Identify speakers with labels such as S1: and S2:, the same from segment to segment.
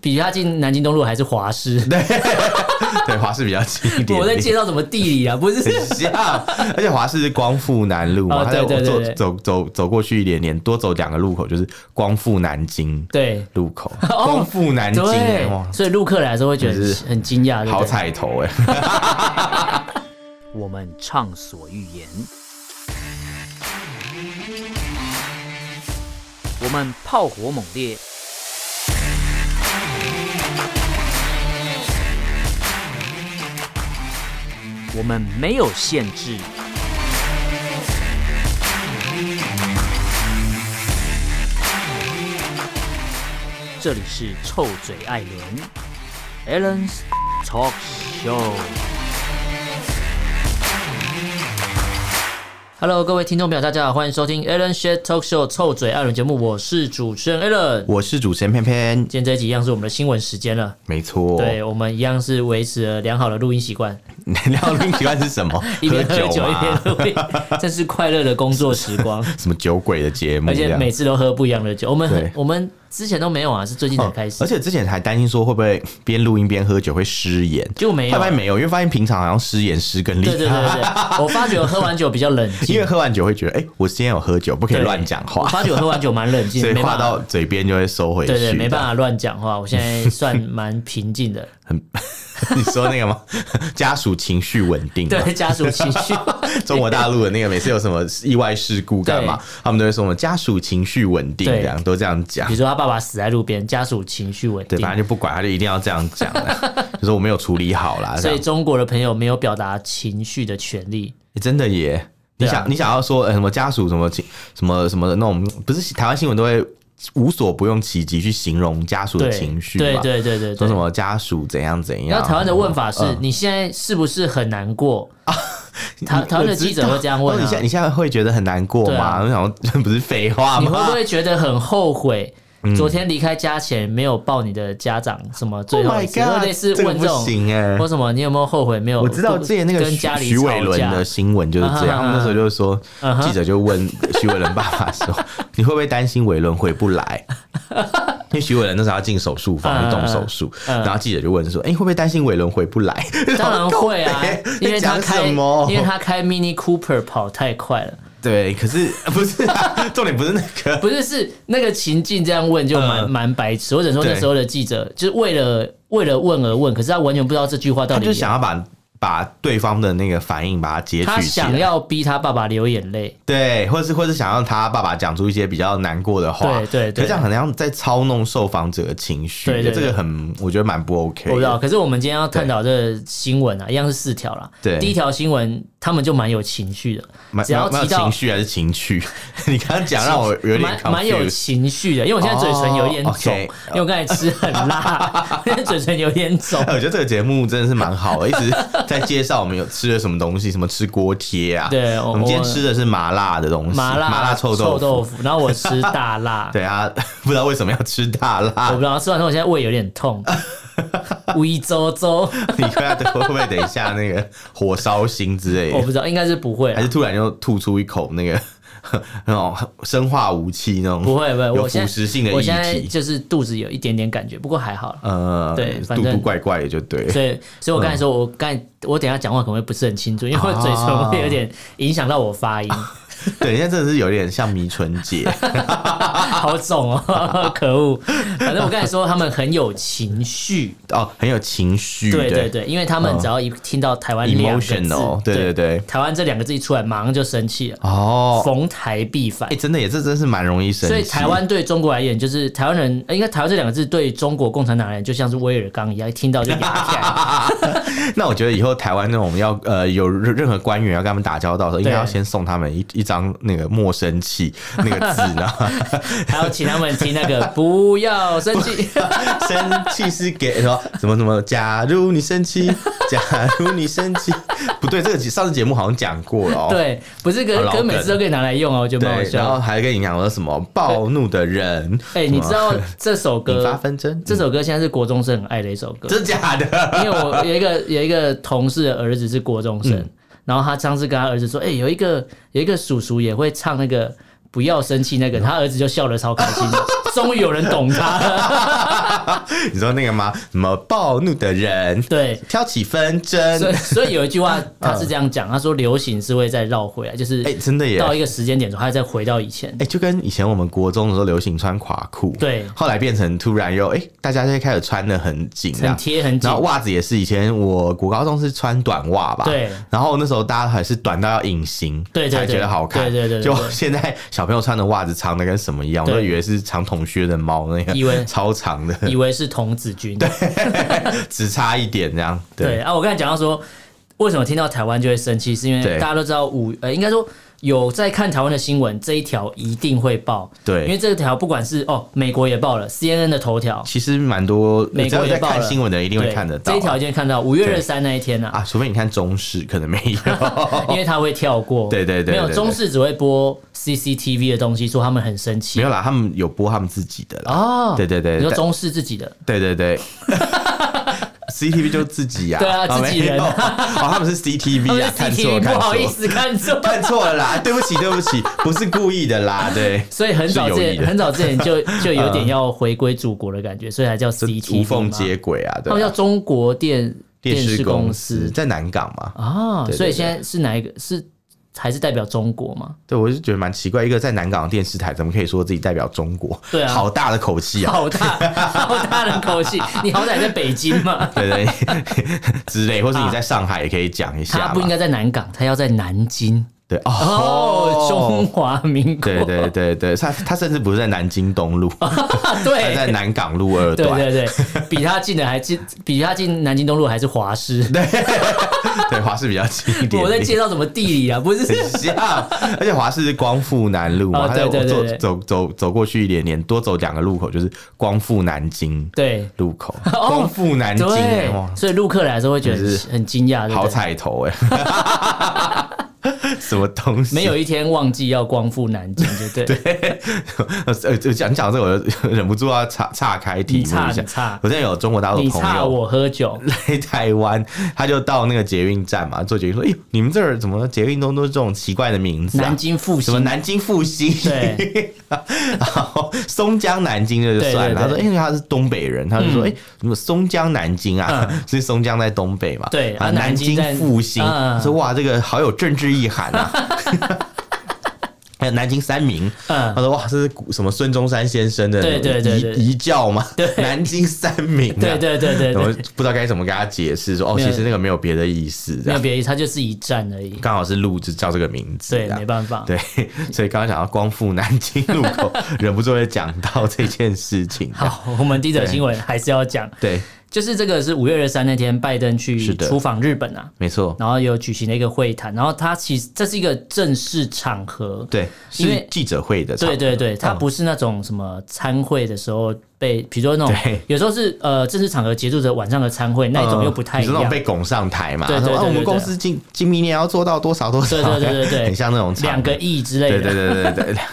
S1: 比他进南京东路还是华师。
S2: 对 对，华视比较近一点。
S1: 我在介绍什么地理啊？不是，
S2: 很像，而且华视是光复南路嘛，
S1: 哦
S2: 它
S1: 对对对
S2: 走
S1: 对
S2: 走走走过去一点点，多走两个路口就是光复南京
S1: 对
S2: 路口，
S1: 哦
S2: 光复南京哎
S1: 对
S2: 哇，，
S1: 所以陆客来的时候会觉得
S2: 就是
S1: 很惊讶，对不对
S2: 好彩头哎。
S1: 我们畅所欲言；我们炮火猛烈；我们没有限制。这里是臭嘴艾伦 （Allen's Talk Show）。Hello，各位听众朋友，大家好，欢迎收听 Alan s h a t Talk Show 臭嘴艾伦节目，我是主持人 Alan。
S2: 我是主持人偏偏，
S1: 今天这一集一样是我们的新闻时间了，
S2: 没错。
S1: 对我们一样是维持了良好的录音习惯，
S2: 聊另习惯是什么？
S1: 一边喝
S2: 酒啊
S1: 酒一边
S2: 嘛，
S1: 录音， 真是快乐的工作时光。
S2: 什么酒鬼的节目
S1: 而
S2: 这
S1: 且
S2: 样。
S1: 每次都喝不一样的酒，我们很
S2: 对
S1: 我们之前都没有啊，是最近才
S2: 哦
S1: 开始，
S2: 而且之前还担心说会不会边录音边喝酒会失言，
S1: 就没有
S2: 后来没有，因为发现平常好像失言失更厉
S1: 对对对
S2: 害，
S1: 对，对我发觉我喝完酒比较冷静，
S2: 因为喝完酒会觉得，哎、我今天有喝酒，不可以
S1: 对
S2: 乱讲
S1: 我
S2: 话，
S1: 发觉我喝完酒蛮冷静，
S2: 所以
S1: 没
S2: 话
S1: 办
S2: 到
S1: 法，
S2: 嘴边就会收回去。
S1: 对对，没办
S2: 法。
S1: 法乱讲话，我现在算蛮平静 的，
S2: 你说那个吗？ 家属情绪稳定。
S1: 对家属情 绪。
S2: 中国大陆的那个每次有什么意外事故干嘛，他们都会说我们家属情绪稳定，
S1: 对
S2: 这样都这样讲
S1: 比。如说他爸爸死在路边，家属情绪稳
S2: 对，
S1: 定
S2: 反，正就不管，他就一定要这样 讲的，就说我没有处理好啦。这
S1: 所
S2: 样
S1: 以中国的朋友没有表达情绪的权利。
S2: 欸真的耶！你
S1: 对啊
S2: 想、你想要说、呃、什么家属什么情什么什么的那种，不是台湾新闻都会无所不用其极去形容家属的
S1: 对，
S2: 情绪
S1: 对
S2: 嘛？
S1: 对对对
S2: 说什
S1: 对。
S2: 么嗯家属怎样怎样？
S1: 然后台湾的问法是：你现在是不是很难过？
S2: 啊
S1: 台
S2: 嗯
S1: 台湾的记者会这样问
S2: 哦你
S1: 啊
S2: 现在你现在会觉得很难过
S1: 对啊
S2: 吗？我想说， 这不是废话
S1: 你会不
S2: 吗
S1: 会觉得很后悔？
S2: 嗯
S1: 昨天离开家前没有抱你的家长，什么最
S2: Oh
S1: 后
S2: my
S1: 一次，或
S2: god！
S1: 类似
S2: 这个
S1: 问
S2: 不
S1: 这种，
S2: 行哎、
S1: 或什么你有没有后悔没有？
S2: 我知道之前那个
S1: 跟
S2: 徐
S1: 家里
S2: 徐伟
S1: 吵
S2: 伦
S1: 架
S2: 的，新闻就是这
S1: 啊哈
S2: 样，
S1: 哈哈
S2: 那时候就是说，
S1: 嗯
S2: 记者就问徐伟伦爸爸说：“ 你会不会担心伟伦回不 来？”因为徐伟伦那时候要进手术
S1: 嗯
S2: 房，就动手术，
S1: 嗯
S2: 然后记者就问说：“哎，会不会担心伟伦回不来？”，
S1: 当然会啊 因为他
S2: 在讲
S1: 开，
S2: 什么
S1: 因为他开 Mini Cooper 跑太快了。
S2: 对，可是不是啊 重点，不是那个，
S1: 不是，是那个情境这样问就蛮
S2: 嗯
S1: 蛮、白痴。或者说
S2: 对
S1: 那时候的记者就是为了为了问而问，可是他完全不知道这句话到
S2: 他
S1: 底。
S2: 就想要把把对方的那个反应把它截
S1: 他
S2: 取啊起
S1: 想
S2: 来，
S1: 要逼他爸爸流眼泪，
S2: 对，或是或是想让他爸爸讲出一些比较难过的话，
S1: 对对对
S2: 可是这样好像在操弄受访者的情绪，
S1: 对对对
S2: 这个很我觉得蛮不 OK 的。
S1: 我不知道。可是我们今天要探讨这个新闻啊，一样是四条啦。
S2: 对
S1: 第一条新闻他们就蛮有情绪的，
S2: 蛮
S1: 只要
S2: 蛮蛮有
S1: 提到
S2: 情绪还是情绪， 你刚刚讲让我哦有点
S1: 哦蛮蛮有
S2: confused。
S1: 情绪的，因为我现在嘴唇有一点
S2: 哦
S1: 肿，
S2: ，OK
S1: 因为我刚才吃很 辣，现在嘴唇有点肿
S2: 哎。我觉得这个节目真的是蛮好的，一直在介绍我们有吃了什么东西，什么吃锅贴啊。
S1: 对我
S2: 我们今天吃的是麻辣的东西，
S1: 麻辣
S2: 麻辣臭豆
S1: 豆
S2: 腐。
S1: 腐，然后我吃大辣，
S2: 对啊，不知道为什么要吃大
S1: 我
S2: 辣
S1: 不，知道吃完之后我现在胃有点 痛，微周周。
S2: 你看他会不会等一下那个火烧心之类
S1: 我
S2: 的，
S1: 不知道，应该是不会啦
S2: 还是突然就吐出一口那个 那种生化武器那种？
S1: 不会不会，
S2: 有
S1: 我现
S2: 腐
S1: 在
S2: 蚀性的
S1: 我
S2: 液
S1: 现在
S2: 体，
S1: 就是肚子有一点点感觉，不过还好了。
S2: 呃，嗯
S1: 对反
S2: 肚
S1: 正
S2: 肚怪怪的就对了。
S1: 所以，所以我刚才说，我刚才我等一下讲话可能会不是很清楚，因为
S2: 哦
S1: 我嘴唇会有点影响到我发音，
S2: 对，现在真的是有点像迷唇 姐。
S1: 好肿 哦，可恶！反正我刚才说他们很有情绪，
S2: 哦，很有情绪，
S1: 对对对，因为他们只要一听到台湾两个字
S2: 嗯 Emotional，对对对
S1: 台湾这两个字一出来，马上就生气了，
S2: 哦，
S1: 逢台必反
S2: 哎、。真的耶，这真是蛮容易生气。
S1: 所以台湾对中国来言，就是台湾人，呃应该台湾这两个字对中国共产党人就像是威尔刚一样，一听到就牙起来。
S2: 那我觉得以后台湾那种要呃有任任何官员要跟他们打交道的时候，应该
S1: 对
S2: 要先送他们一一张那个莫生气那 个字，然后
S1: 还有请他们听那个不要生 气，
S2: 生气是给说什么什么？假如你 生气，假如你生气，不对，这个上次节目好像讲过了哦。。
S1: 对，不是
S2: 好
S1: 跟
S2: 老
S1: 跟
S2: 梗
S1: 每次都可以拿来用哦，我觉得蛮好
S2: 对，然后
S1: 笑。
S2: 还跟你讲了什么暴怒的人，
S1: 哎，你知道这首
S2: 引发
S1: 歌，
S2: 纷争，嗯
S1: 这首歌现在是国中生很爱的一首歌，
S2: 真假的？
S1: 因为我有一个有一个同事的儿子是国中
S2: 嗯
S1: 生，然后他上次跟他儿子说，哎，有一个有一个叔叔也会唱那个。不要生气，那个他儿子就笑得超开心的，终于有人懂他了。
S2: 你说那个吗？什么暴怒的人，
S1: 对，
S2: 挑起纷争，
S1: 所以所以有一句话他是这样讲，他说流行是会再绕回来，就是
S2: 嗯哎、真的耶！
S1: 到
S2: 哎、
S1: 一个时间点之后，他再回到以前。
S2: 就跟以前我们国中的时候流行穿垮裤，
S1: 对
S2: 后来变成突然又哎、大家就开始穿的很紧，这样
S1: 很贴很紧
S2: 然后袜子也是以前我国高中是穿短袜吧，
S1: 对
S2: 然后那时候大家还是短到要隐形，
S1: 对对
S2: 才觉
S1: 对
S2: 得好看，
S1: 对对对对
S2: 就
S1: 对
S2: 现在小朋友穿的袜子长的跟什么一样，我
S1: 对
S2: 都以为是长筒靴的猫那个，
S1: 以为
S2: 超长的，
S1: 以为是童子军，
S2: 只差一点这样，
S1: 对啊，我刚才讲到说，为什么听到台湾就会生气，是因为
S2: 对
S1: 大家都知道五呃，应该说有在看台湾的新闻，这一条一定会报，
S2: 对
S1: 因为这条不管是哦，美国也报了，CNN 的头条，
S2: 其实蛮多，
S1: 美
S2: 只
S1: 国
S2: 要有
S1: 也
S2: 在
S1: 报了，
S2: 看新闻的人一定会
S1: 对
S2: 看得到啊、
S1: 这一条一定会看到，五月二
S2: 对
S1: 十三那一天啊，
S2: 啊，除非你看中视，可能没
S1: 因
S2: 有。
S1: 为他会跳过，
S2: 对对对对
S1: 没有
S2: 对
S1: 中视只会播 CCTV 的东西，说他们很生气
S2: 没，有啦，他们有播他们自己的啦。
S1: 哦，
S2: 对对对
S1: 你说
S2: 但
S1: 中视自己的，
S2: 对对 对，CTV 就自己呀、
S1: 对啊自己人
S2: 哦，没有哦他们是
S1: 他
S2: CTV
S1: 们
S2: 啊
S1: 是，
S2: 看错了
S1: CCTV，
S2: 看
S1: 不好
S2: 错
S1: 意
S2: 了，
S1: 思，看 错。
S2: 看错了 啦，对不起对不起，不是故意的啦，对，
S1: 所以很早之
S2: 是有
S1: 前，
S2: 意的嗯
S1: 很早之前就就有 点要回归祖国的感觉，所以才叫 CTV
S2: 无缝
S1: 嘛
S2: 接轨啊，
S1: 他们
S2: 对
S1: 叫
S2: 啊，
S1: 中国哦电
S2: 电视
S1: 公
S2: 公司在南港嘛，
S1: 啊，
S2: 对对
S1: 所以现在是哪一个是还是代表中国吗？
S2: 对我就觉得蛮奇怪，一个在南港的电视台怎么可以说自己代表中国？
S1: 对啊
S2: 好大的口气啊！
S1: 好大好大的口 气，你好歹在北京嘛，
S2: 对对， 之类，或是你在上海也可以讲一下嘛。
S1: 他不应该在南港，他要在南京
S2: 对
S1: 哦，中华民国，
S2: 对对对对，他他甚至不是在南京东路，他
S1: 对
S2: 在南港路二
S1: 对
S2: 段。
S1: 哎对对，比他进的还 进，比他进南京东路还是华师，
S2: 对，华视比较近一点。
S1: 我在介绍什么地理啊？不是，
S2: 很像，而且华视是光复南路嘛，
S1: 哦
S2: 他在
S1: 对对
S2: 走
S1: 对对
S2: 走走走过去一点点，多走两个路口就是光复南京
S1: 对哦
S2: 路 口，光复南京
S1: 对
S2: 哇，，
S1: 所以陆客来的时候会觉得
S2: 就是
S1: 很惊讶，对不
S2: 好
S1: 对？
S2: 彩头哎， 什么东西？
S1: 没有一天忘记要光复南京， 就对。
S2: 呃，呃讲讲这个，我就 忍不住要岔岔开题目
S1: 你
S2: 一
S1: 差
S2: 下。
S1: 你差
S2: 我之前有中国大陆
S1: 你
S2: 的朋
S1: 差
S2: 友
S1: 我喝酒，
S2: 来 台湾，他就到那个捷运站嘛，坐捷运说：“哎、呦，你们这儿怎么捷运都都是这种奇怪的名字、啊？
S1: 南京复
S2: 什么
S1: 兴，
S2: 南京复兴？
S1: 对，
S2: 然后松江南京这就算
S1: 对对
S2: 了。
S1: 对
S2: 他说：“因为哎他是东北人，他就说：‘哎、什么松江南京啊？
S1: 嗯
S2: 所以松江在东北嘛。’
S1: 对
S2: 啊，
S1: 啊
S2: 南
S1: 南京
S2: 京
S1: 在
S2: 复兴。
S1: 嗯
S2: 我说哇，这个好有政治意涵啊。 还有南京三明，
S1: 嗯
S2: 他说哇，这是古什么孙中山先生的
S1: 对对对对
S2: 遗遗教吗？
S1: 对
S2: 南京三明、啊，
S1: 对对对对
S2: 我
S1: 对，
S2: 不知道该怎么跟他解释，说哦，
S1: 没有
S2: 其实那个没有别的意思，这
S1: 没有
S2: 样
S1: 别的意思，它就是一站而已。
S2: 刚好是路就叫这个名字，
S1: 对，
S2: 这样
S1: 没办法。
S2: 对，所以刚刚讲到光复南京路口，忍不住会讲到这件事情。
S1: 好，我们第一则新闻还是要讲，
S2: 对，
S1: 就是这个是五月二三那天，拜登去
S2: 是的
S1: 出访日本啊，
S2: 没错，
S1: 然后有举行了一个会谈，然后他其实这是一个正式场合，
S2: 对，
S1: 因为
S2: 是记者会的场合，
S1: 对对对，他
S2: 嗯
S1: 不是那种什么参会的时候被，比如说那种
S2: 对
S1: 有时候是呃正式场合结束的晚上的参会那一种又不太
S2: 嗯你
S1: 一
S2: 是那种
S1: 样，
S2: 被拱上台嘛？
S1: 对对
S2: 说
S1: 对
S2: 啊
S1: 对
S2: 我们
S1: 对
S2: 公司今今明年要做到多少多少，
S1: 对对对对对
S2: 很像那种场
S1: 两个，亿之类
S2: 对
S1: 的。
S2: 对嗯对对对，两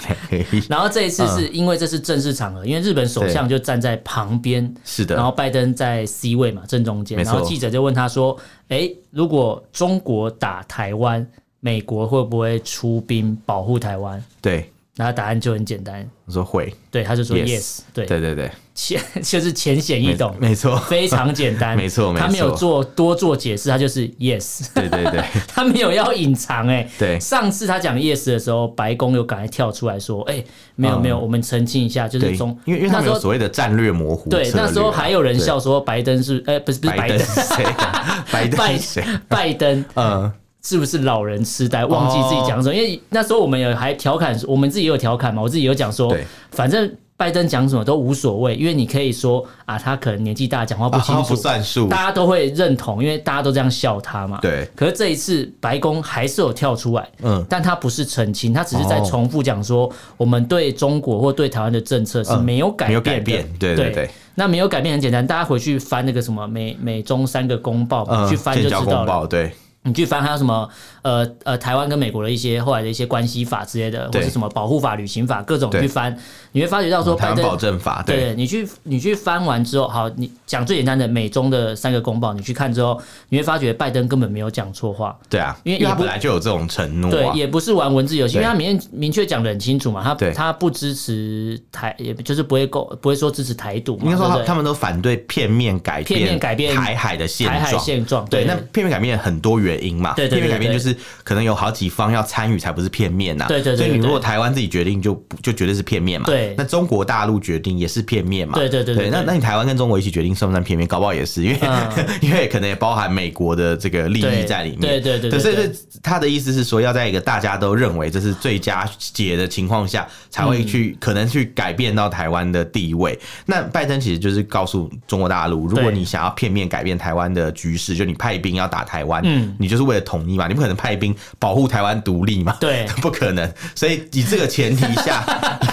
S2: 个亿，
S1: 然后这一次是因为这是正式场合，因为日本首相就站在旁边，
S2: 是
S1: 然后
S2: 的，
S1: 拜登在 C 位嘛正中间，
S2: 没
S1: 然
S2: 错
S1: 后记者就问他说：“哎，如果中国打台湾，美国会不会出兵保护台湾
S2: 对，？”
S1: 然后答案就很简单，
S2: 我说会，
S1: 对，他就说
S2: Yes
S1: yes，对，
S2: 对对对，
S1: 浅 就是浅显易懂，
S2: 没错，
S1: 非常简单，
S2: 没错没错
S1: 他没有做多做解释，他就是 yes，
S2: 对对对
S1: 他没有要隐藏、哎，
S2: 对
S1: 上次他讲 yes 的时候，白宫有赶快跳出来说，哎、没有没有，我们澄清一下，就
S2: 嗯对
S1: 是中，，
S2: 因为因为
S1: 那
S2: 他们
S1: 时
S2: 有
S1: 候
S2: 所谓的战略模糊策略
S1: 对
S2: 啊，
S1: 那时候还有人笑说白登是，哎、不是不是
S2: 白
S1: 白
S2: 登
S1: 登，
S2: 是谁 啊？白登
S1: 拜
S2: 是谁？
S1: 拜登
S2: 嗯，哦
S1: 是不是老人痴呆，忘记自己讲什么？因为那时候我们有还调侃，我们自己也有调侃嘛，我自己有讲说
S2: 对，
S1: 反正。拜登讲什么都无所谓，因为你可以说啊，他可能年纪大，讲话不
S2: 啊，
S1: 清
S2: 他
S1: 楚，
S2: 不算数
S1: 大，家都会认同，因为大家都这样笑他嘛。。
S2: 对，
S1: 可是这一次白宫还是有跳出来，
S2: 嗯，
S1: 但他不是澄清，他只是在重复讲说，我们对中国或对台湾的政策是没有改
S2: 嗯没有
S1: 变的。
S2: 改变，对对
S1: 对
S2: 对，
S1: 那没有改变很简单，大家回去翻那个什么美美中三个公报嘛，
S2: 嗯，
S1: 去翻就
S2: 建
S1: 知
S2: 交
S1: 道
S2: 公
S1: 了。
S2: 报，对，
S1: 你去翻还有什么呃呃台湾跟美国的一些后来的一些关系法之类的，或
S2: 对
S1: 是什么保护法、旅行法各种
S2: 对
S1: 去翻，你会发觉到说
S2: 台
S1: 拜
S2: 湾
S1: 登
S2: 保证法，对，
S1: 你去你去翻完之后，好，你讲最简单的美中的三个公报，你去看之后，你会发觉拜登根本没有讲错话。
S2: 对啊，
S1: 因为
S2: 他
S1: 也不
S2: 本来就有这种承诺
S1: 对，
S2: 啊，
S1: 也不是玩文字游戏，因
S2: 对
S1: 为他明明确讲的很清楚嘛，他
S2: 对
S1: 他不支持台，也就是不会够，不会说支持台独嘛，
S2: 应该说
S1: 对
S2: 他
S1: 不对
S2: 他们都反对片面改变
S1: 片面改变
S2: 台海的现
S1: 台海
S2: 状。
S1: 现状，
S2: 对，那片面改变很多原因嘛，
S1: 对对对
S2: 片面改变
S1: 对
S2: 就是可能有好几方要参与才不是片面呐、
S1: 对对对
S2: 所以
S1: 对
S2: 你
S1: 对
S2: 如果台湾自己决定就不就绝对是片面嘛，
S1: 对
S2: 那中国大陆决定也是片面嘛，
S1: 对对对对
S2: 那
S1: 对
S2: 那你台湾跟中国一起决定算不算片面？搞不好也是，因为、
S1: 嗯
S2: 因为可能也包含美国的这个利益
S1: 对
S2: 在里面，
S1: 对对对对
S2: 所以
S1: 对
S2: 所以他的意思是说，要在一个大家都认为这是最佳解的情况下，才会去、
S1: 嗯
S2: 可能去改变到台湾的地位。那拜登其实就是告诉中国大陆，如
S1: 对
S2: 果你想要片面改变台湾的局势，就你派兵要打台湾，
S1: 嗯
S2: 你就是为了统一嘛，你不可能派兵保护台湾独立嘛，
S1: 对
S2: 不可能。所以以这个前提下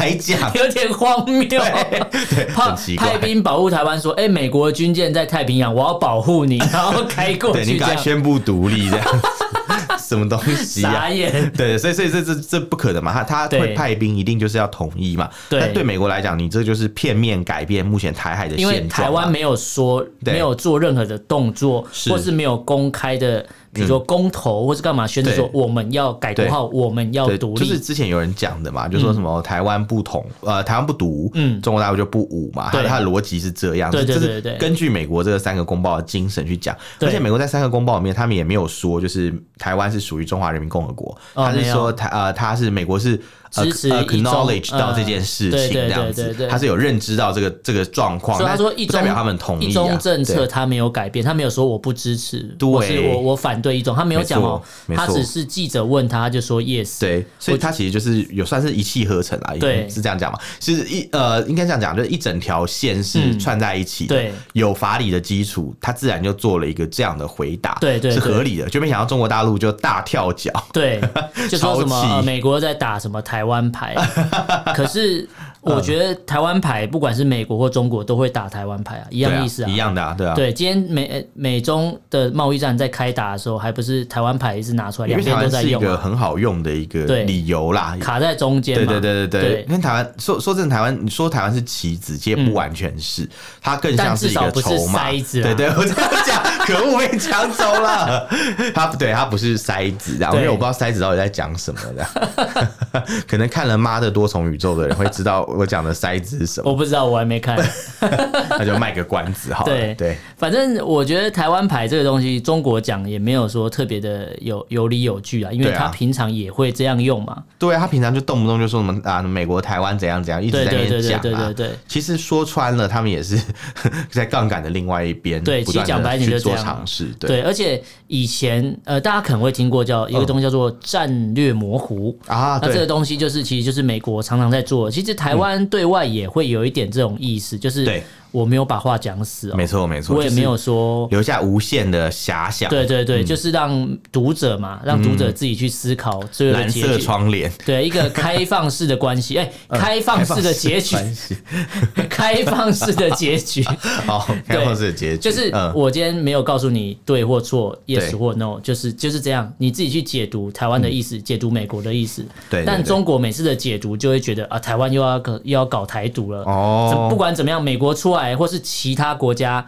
S2: 来 讲，
S1: 有点荒谬。
S2: 对，
S1: 派
S2: 很奇怪
S1: 派。兵保护台湾，说：“哎、美国的军舰在太平洋，我要保护你，然后开过
S2: 对你
S1: 去这
S2: 赶快
S1: 样。
S2: 宣布独立这样子，什么东”西啊
S1: 傻？眼，
S2: 对，所以所以这这这不可能嘛，他他
S1: 对
S2: 会派兵，一定就是要统一嘛。
S1: 对
S2: 但对美国来讲，你这就是片面改变目前台海的
S1: 因为
S2: 现状嘛。啊
S1: 台湾没有说，
S2: 对
S1: 没有做任何的动作，
S2: 是嗯
S1: 或是没有公开的，比如说公投、或是干嘛宣示
S2: 对
S1: 说我们要改国号，我们要
S2: 对，
S1: 独
S2: 就是
S1: 立。
S2: 之前有人讲的嘛，就说什么台湾不统，呃，台湾不独，嗯，
S1: 嗯
S2: 中国大陆就不武嘛，他
S1: 对
S2: 他的逻辑是这样，
S1: 对对对对
S2: 这是
S1: 对
S2: 根据美国这个三个公报的精神去讲，
S1: 对
S2: 而且美国在三个公报里面，他们也没有说就是台湾是属于中华人民共和国，
S1: 哦
S2: 他是
S1: 没有
S2: 说台呃，他是美国是。呃
S1: 支持
S2: acknowledge
S1: 一中
S2: 到这件
S1: 嗯
S2: 事
S1: 对
S2: 情
S1: 对
S2: 这样
S1: 对
S2: 子
S1: 对，对
S2: 他是有认知到这个这个状况，
S1: 所以他
S2: 但
S1: 说一
S2: 不代
S1: 中
S2: 表他们同意啊
S1: 一中政
S2: 对
S1: 策他没有改变，他没有说我不支持，
S2: 对
S1: 或是我我反对一中，他没有讲哦
S2: 没，错
S1: 他
S2: 没错
S1: 只是记者问他，他就说 yes。
S2: 对，所以它其实就是有算是一气呵成啊，
S1: 对
S2: 是这样讲嘛？其实一呃，应该这样讲，就是一整条线是
S1: 嗯
S2: 串在一起的，
S1: 对，
S2: 有法理的基础，他自然就做了一个这样的回答，
S1: 对对
S2: 是
S1: 对
S2: 合理的。就没想到中国大陆就大跳脚，
S1: 对，就说什么、
S2: 超气
S1: 呃、美国在打什么台湾 牌，可是我觉得台湾牌不管是美国或中国都会打台湾牌啊，一
S2: 一
S1: 样意思啊。
S2: 一样的啊，对啊。
S1: 对，今天美呃美中的贸易战在开打的时候，还不是台湾牌一直拿出来，
S2: 因
S1: 两
S2: 为台
S1: 边都
S2: 湾
S1: 在
S2: 是一
S1: 用、
S2: 个
S1: 啊，
S2: 很好用的一个
S1: 对
S2: 理由啦，
S1: 卡在中间
S2: 对
S1: 嘛。
S2: 对对对对
S1: 对，嗯
S2: 因为台湾说说真的，台湾你说台湾是棋子，其实也不完全是，它更像一
S1: 但
S2: 个
S1: 至少不
S2: 筹
S1: 是
S2: 码。
S1: 筛子啊啦
S2: 对对，我这样讲，可恶被抢走了。它不对，它不是筛子，这样，因
S1: 对
S2: 为我不知道筛子到底在讲什么的。 可能看了《妈的多重宇宙》的人会知道我讲的筛子是什么，
S1: 我不知道，我还没看。
S2: 那就卖个关子好了。
S1: 对
S2: 对
S1: 反正我觉得台湾牌这个东西，中国讲也没有说特别的有有理有据啊，因为
S2: 对啊
S1: 他平常也会这样用嘛。
S2: 对啊，他平常就动不动就说什么啊，美国台湾怎样怎样，一直
S1: 对
S2: 在那
S1: 对
S2: 边
S1: 对
S2: 讲
S1: 对
S2: 啊。
S1: 对对对。
S2: 其实说穿了，他们也是 在杠杆的另外一边，
S1: 对
S2: 不断
S1: 其实讲白
S2: 的
S1: 点
S2: 去
S1: 就
S2: 做
S1: 这样
S2: 尝试，对。
S1: 对，而且以前呃，大家可能会听过叫一个东西叫做战略模糊。
S2: 啊，
S1: 那
S2: 对
S1: 这个东西就是，其实就是美国常常在做的。其实台湾对外也会有一点这种意思，就是
S2: 对
S1: 我没有把话讲死哦
S2: 没，错没错，
S1: 我也
S2: 就是嗯
S1: 没有说，
S2: 留下无限的遐想。
S1: 对对对，就是让读者嘛，让读者自己去思考最后的
S2: 嗯蓝
S1: 结
S2: 色
S1: 局。
S2: 窗嗯帘，
S1: 对，一个开放式的关 系，哎，开放式的结局，
S2: 关 系
S1: 开放式的结 局，
S2: 好，哦开放式的结局
S1: 就是
S2: 嗯
S1: 我今天没有告诉你对或错
S2: 对嗯
S1: ，yes 或 no，就是就是这样，你自己去解读台湾的意思，解读美国的意思。
S2: 对对
S1: 但
S2: 对
S1: 中国每次的解读就会觉得啊，台湾又要搞又要搞台独了。怎不
S2: 哦，
S1: 管怎么样，美国出来或是其他国家，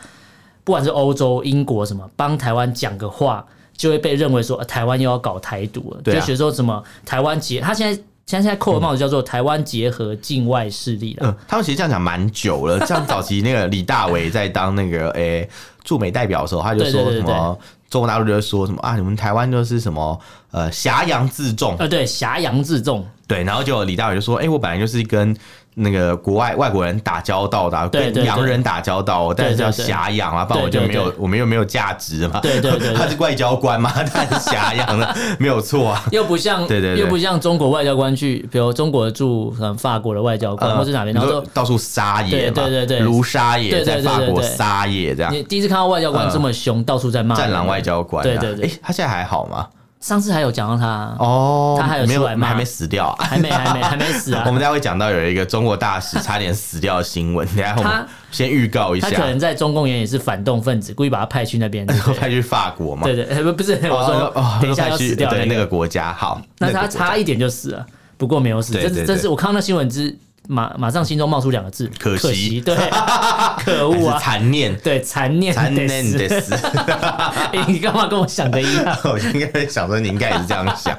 S1: 不管是欧洲、英国什么，帮台湾讲个话，就会被认为说、啊台湾又要搞台独了。
S2: 对啊
S1: 就学说什么台湾结，他现在现在现在扣的帽子叫做台湾结合境外势力了。
S2: 嗯，他们其实这样讲蛮久了， 像早期那个李大为在当那个诶驻美代表的时候，他就
S1: 对对
S2: 说
S1: 对
S2: 什
S1: 对
S2: 么。中国大陆就会说什么啊？你们台湾就是什么呃挟洋自重，
S1: 呃，对，挟洋自重，
S2: 对，然后就李大伟就说：“哎、我本来就是跟那个国外外国人打交道的啊、
S1: 对对
S2: 跟
S1: 对
S2: 洋人打交道，我当然是要挟洋啊，不然我就没有
S1: 对对
S2: 我们又没有价值嘛。
S1: 对对对对
S2: 他是外交官嘛，他是挟洋的，没有 错啊。
S1: 又不像
S2: 对对对
S1: 又不像中国外交官去，比如中国驻可能法国的外交官、
S2: 呃
S1: 或是哪边，然后
S2: 你说
S1: 说
S2: 到处撒野
S1: 对
S2: 嘛，
S1: 对对对
S2: 卢沙野
S1: 对对
S2: 在
S1: 对
S2: 法
S1: 对
S2: 国
S1: 对
S2: 撒野这样。”
S1: 你第一次看到外交官这么凶，到处在骂人
S2: 嗯战狼外交官、啊，
S1: 对对对
S2: 诶他现在还好吗？
S1: 上次还有讲到他，
S2: 哦，
S1: 他还有
S2: 没有
S1: 出来骂
S2: 还没死掉啊？
S1: 还没还没还没死啊
S2: 我。们待会讲到有一个中国大使差点死掉的新闻，等一下我们
S1: 他
S2: 先预告一
S1: 他可
S2: 下
S1: 能，在中共原也是反动分子，故意把他派去那边。对不对
S2: 派去法国嘛？
S1: 对对， 呃不不是，我
S2: 哦哦
S1: 说等一下
S2: 派
S1: 要
S2: 去
S1: 死掉
S2: 对
S1: 那
S2: 那
S1: 个，
S2: 个国家，好，
S1: 那
S2: 个
S1: 他
S2: 国家
S1: 差一点就死了，不过没有死。
S2: 对
S1: 这
S2: 对
S1: 是
S2: 对
S1: 这是我看到新闻之马马上心中冒出两个字，
S2: 可
S1: 可
S2: 惜
S1: 对，可恶
S2: 还是
S1: 啊，
S2: 残念，
S1: 对，残念
S2: 残
S1: 得
S2: 念
S1: 死。
S2: 的死。
S1: 哎 你干嘛跟我想的一样？
S2: 我应该想说，你应该也是这样想，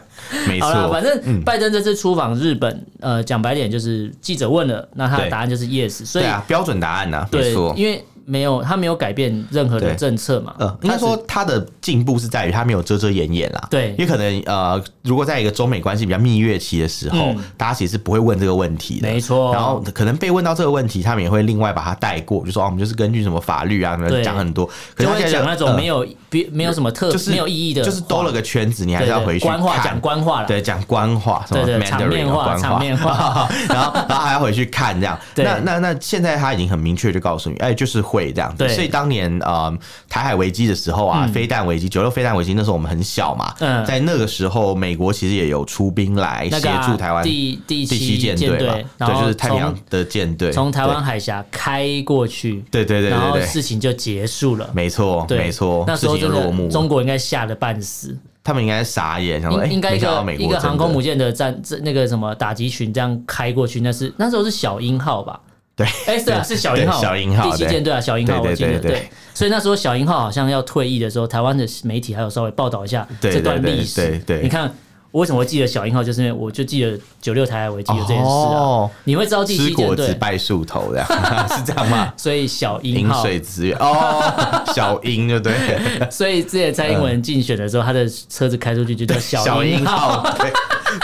S2: 没
S1: 好了，
S2: 错
S1: 反。正拜登这次出访日本，呃，讲白点就是记者问了，那他的答案就是 yes，所
S2: 对
S1: 以
S2: 啊，标准答案呢、啊，没
S1: 对
S2: 错，。
S1: 因为没有他没有改变任何的
S2: 对
S1: 政策嘛，
S2: 呃，应该说他的进步是在于他没有遮遮掩掩啦。
S1: 对
S2: 因为可能呃，如果在一个中美关系比较蜜月期的时候，
S1: 嗯
S2: 大家其实是不会问这个问题的。
S1: 没错
S2: 然后可能被问到这个问题，他们也会另外把它带过，就说哦，我们就是根据什么法律啊，
S1: 对
S2: 讲很多，可是
S1: 就
S2: 他
S1: 会
S2: 现在
S1: 讲那种
S2: 呃
S1: 没有别没有什么特
S2: 就是
S1: 没有意义的话，
S2: 就是兜了个圈子，你还
S1: 对
S2: 是要
S1: 对
S2: 回去
S1: 官话
S2: 看
S1: 讲官话了，
S2: 对，讲官话，什么
S1: 对对
S2: Mandarin
S1: 场面话
S2: 官
S1: 场面话
S2: 然后然后还要回去看这样。
S1: 对
S2: 那那那现在他已经很明确就告诉你，哎，就是会这样子。
S1: 对
S2: 所以当年呃台海危机的时候啊，飞弹危机，九六飞弹危机那时候我们很小嘛，
S1: 嗯
S2: 在那个时候美国其实也有出兵来
S1: 那
S2: 协
S1: 个啊
S2: 助台湾
S1: 第第
S2: 第七舰
S1: 舰
S2: 队嘛，
S1: 然
S2: 对，就
S1: 后
S2: 是太平洋
S1: 从
S2: 的舰队
S1: 从台湾
S2: 对
S1: 海峡开过去，
S2: 对对对
S1: 然
S2: 对
S1: 后
S2: 对
S1: 事情就结束了。
S2: 没错，
S1: 对
S2: 没错，
S1: 那时候
S2: 事情
S1: 真
S2: 就落
S1: 的
S2: 幕了，
S1: 中国应该吓得半死，
S2: 他们应该傻眼，想说，哎，
S1: 应应该
S2: 没
S1: 一
S2: 想到
S1: 个
S2: 美
S1: 一
S2: 国
S1: 个航空
S2: 真的
S1: 母舰的战这那个什么打击群这样开过去，那是那时候是小鹰号吧？
S2: 对，
S1: 哎，对啊，是小鹰号，
S2: 对小鹰号
S1: 第七
S2: 对
S1: 舰队啊，小鹰号，
S2: 对对
S1: 我记得
S2: 对对
S1: 对。所以那时候小鹰号好像要退役的时候，台湾的媒体还有稍微报道一下
S2: 对
S1: 这段
S2: 对对
S1: 历史。
S2: 对对
S1: 你看我为什么会记得小鹰号，就是因为我就记得九六台海危机有这件事啊。
S2: 哦
S1: 你会知道第
S2: 吃
S1: 七舰
S2: 果子
S1: 队，
S2: 拜树头这样， 是这样吗？
S1: 所以小鹰
S2: 饮
S1: 号，
S2: 水资源哦， 小鹰对 不对？
S1: 所以之前蔡英文竞选的时候，他的车子开出去就叫
S2: 嗯小
S1: 小
S2: 鹰
S1: 鹰号，
S2: 号，对，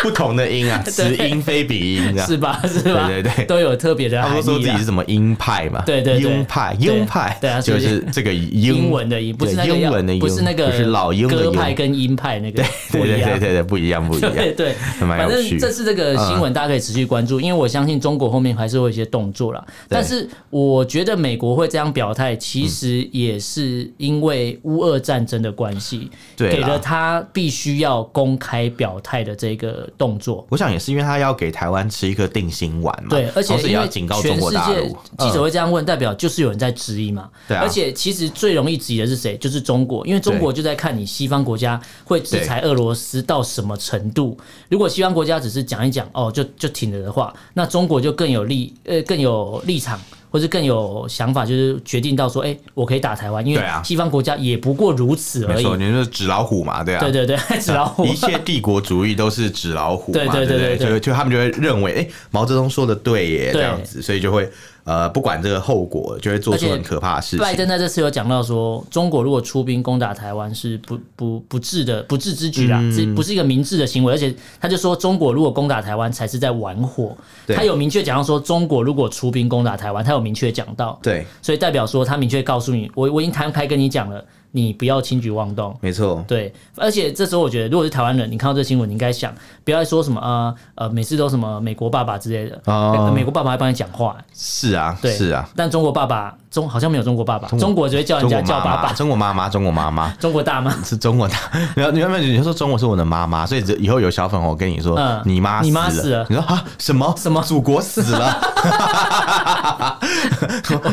S2: 不同的 鹰啊，此鹰非彼鹰这样
S1: 是。吧？是吧？
S2: 对对对
S1: 都有特别的
S2: 他
S1: 含义
S2: 们
S1: 啊。
S2: 说自己是什么鹰派嘛？
S1: 对对对
S2: 鹰派，
S1: 对
S2: 鹰派，
S1: 对啊所
S2: 就
S1: 以
S2: 是这个英
S1: 英文的英，不是那
S2: 对
S1: 个
S2: 英文的英，
S1: 不是那个
S2: 不是老鹰的
S1: 鸽
S2: 鹰，
S1: 派跟鹰派那个不
S2: 对对
S1: 一
S2: 对
S1: 样
S2: 对。 对，不一样不一样。
S1: 对对，
S2: 还蛮有
S1: 反
S2: 趣
S1: 正
S2: 嗯
S1: 这次这个新闻大家可以持续关注，因为我相信中国后面还是会有一些动作啦。但是我觉得美国会这样表态，其实也是因为乌俄战争的关系，
S2: 对啦
S1: 给了他必须要公开表态的这个动作。
S2: 我想也是因为他要给台湾吃一颗定心丸嘛，
S1: 对，而且
S2: 同时也
S1: 因
S2: 要
S1: 为
S2: 警告中
S1: 全
S2: 国
S1: 世
S2: 大
S1: 界
S2: 陆。
S1: 记者
S2: 嗯
S1: 会这样问，代表就是有人在质疑嘛。
S2: 对啊
S1: 而且其实最容易质疑的是谁？就是中国，因为中国就在看你西方国家会制裁俄罗斯到什么程度。如果西方国家只是讲一讲，哦，就就挺了的话，那中国就更有立呃更有立场。或是更有想法，就是决定到说，哎、我可以打台湾，因为
S2: 对啊
S1: 西方国家也不过如此而
S2: 嗯没
S1: 已。
S2: 错，你就是纸老虎嘛，对啊，
S1: 对对对， 纸老虎
S2: 一切帝国主义都是纸老虎嘛，
S1: 哦对对
S2: 对
S1: 对对
S2: 不
S1: 对
S2: 所以就他们就会认为，哎、毛泽东说的对耶，这
S1: 对
S2: 样子，所以就会呃不管这个后果，就会做出很可怕的事
S1: 拜
S2: 情。
S1: 登在这次有讲到说，中国如果出兵攻打台湾是不不不智的不智之举啦，
S2: 嗯
S1: 这、不是一个明智的行为。而且他就说，中国如果攻打台湾才是在玩火。
S2: 对
S1: 他有明确讲到说，中国如果出兵攻打台湾，他有明确讲到，
S2: 对，
S1: 所以代表说他明确告诉你，我我已经摊开跟你讲了，你不要轻举妄动。
S2: 没错，
S1: 对，而且这时候我觉得，如果是台湾人，你看到这新闻，你应该想，不要再说什么啊呃，每次都什么美国爸爸之类的，
S2: 哦
S1: 美国爸爸还帮你讲话、
S2: 是啊，
S1: 对，
S2: 是啊，，
S1: 但中国爸爸中好像没有中国爸爸，中国只会叫人
S2: 中
S1: 家
S2: 国
S1: 叫
S2: 妈
S1: 爸
S2: 妈，
S1: 爸，
S2: 中国妈妈，中国妈妈。
S1: 中国大妈。
S2: 是中国的，然后你原本你说中国是我的妈妈，所以以后有小粉红跟你说、
S1: 嗯
S2: 你妈
S1: 你妈
S2: 死
S1: 死了
S2: 你说啊什么
S1: 什么
S2: 祖国死 了，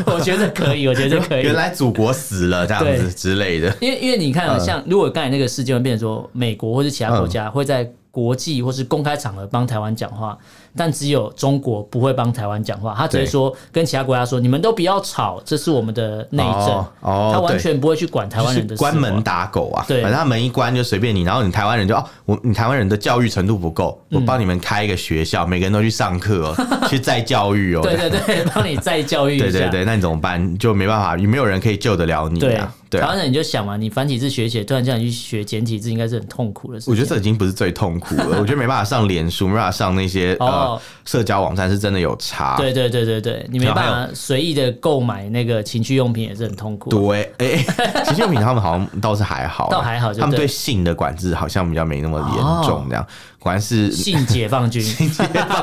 S1: 我觉得可以，我觉得可以
S2: 原。来祖国死了这样子
S1: 对
S2: 之类的，
S1: 因为因为你看
S2: 嗯
S1: 啊，像如果刚才那个事件会变成说，美国或是其他国家会在国际或是公开场合帮台湾讲话，但只有中国不会帮台湾讲话，他只会
S2: 对
S1: 说跟其他国家说，你们都不要吵，这是我们的内政
S2: 哦，哦
S1: 他完
S2: 对
S1: 全不会去管台
S2: 就
S1: 湾
S2: 是
S1: 人的
S2: 关
S1: 死活
S2: 门打狗啊，
S1: 对
S2: 反正他门一关就随便你，然后你台湾人就哦，我你台湾人的教育程度不够，
S1: 嗯
S2: 我帮你们开一个学校，每个人都去上课 哦，去再教育哦，
S1: 对对对，帮你再教育一下。
S2: 对对对那你怎么办？就没办法，也没有人可以救得了你
S1: 对
S2: 啊，对
S1: 台
S2: 啊。
S1: 湾人你就想嘛，你繁体字学一写，突然叫你去学简体字，应该是很痛苦的事情。
S2: 我觉得这已经不是最痛 苦了，我觉得没办法上脸书，没办法上那些呃
S1: 哦
S2: 社交网站是真的有差。
S1: 对对对对对，你没
S2: 然后还
S1: 办法随意的购买那个情趣用品也是很痛苦。啊
S2: 对，哎、 哎情趣用品他们好像倒是还好，
S1: 倒还好就对哦
S2: 他们对性的管制好像比较没那么严重，这样。果然是
S1: 性解放 军，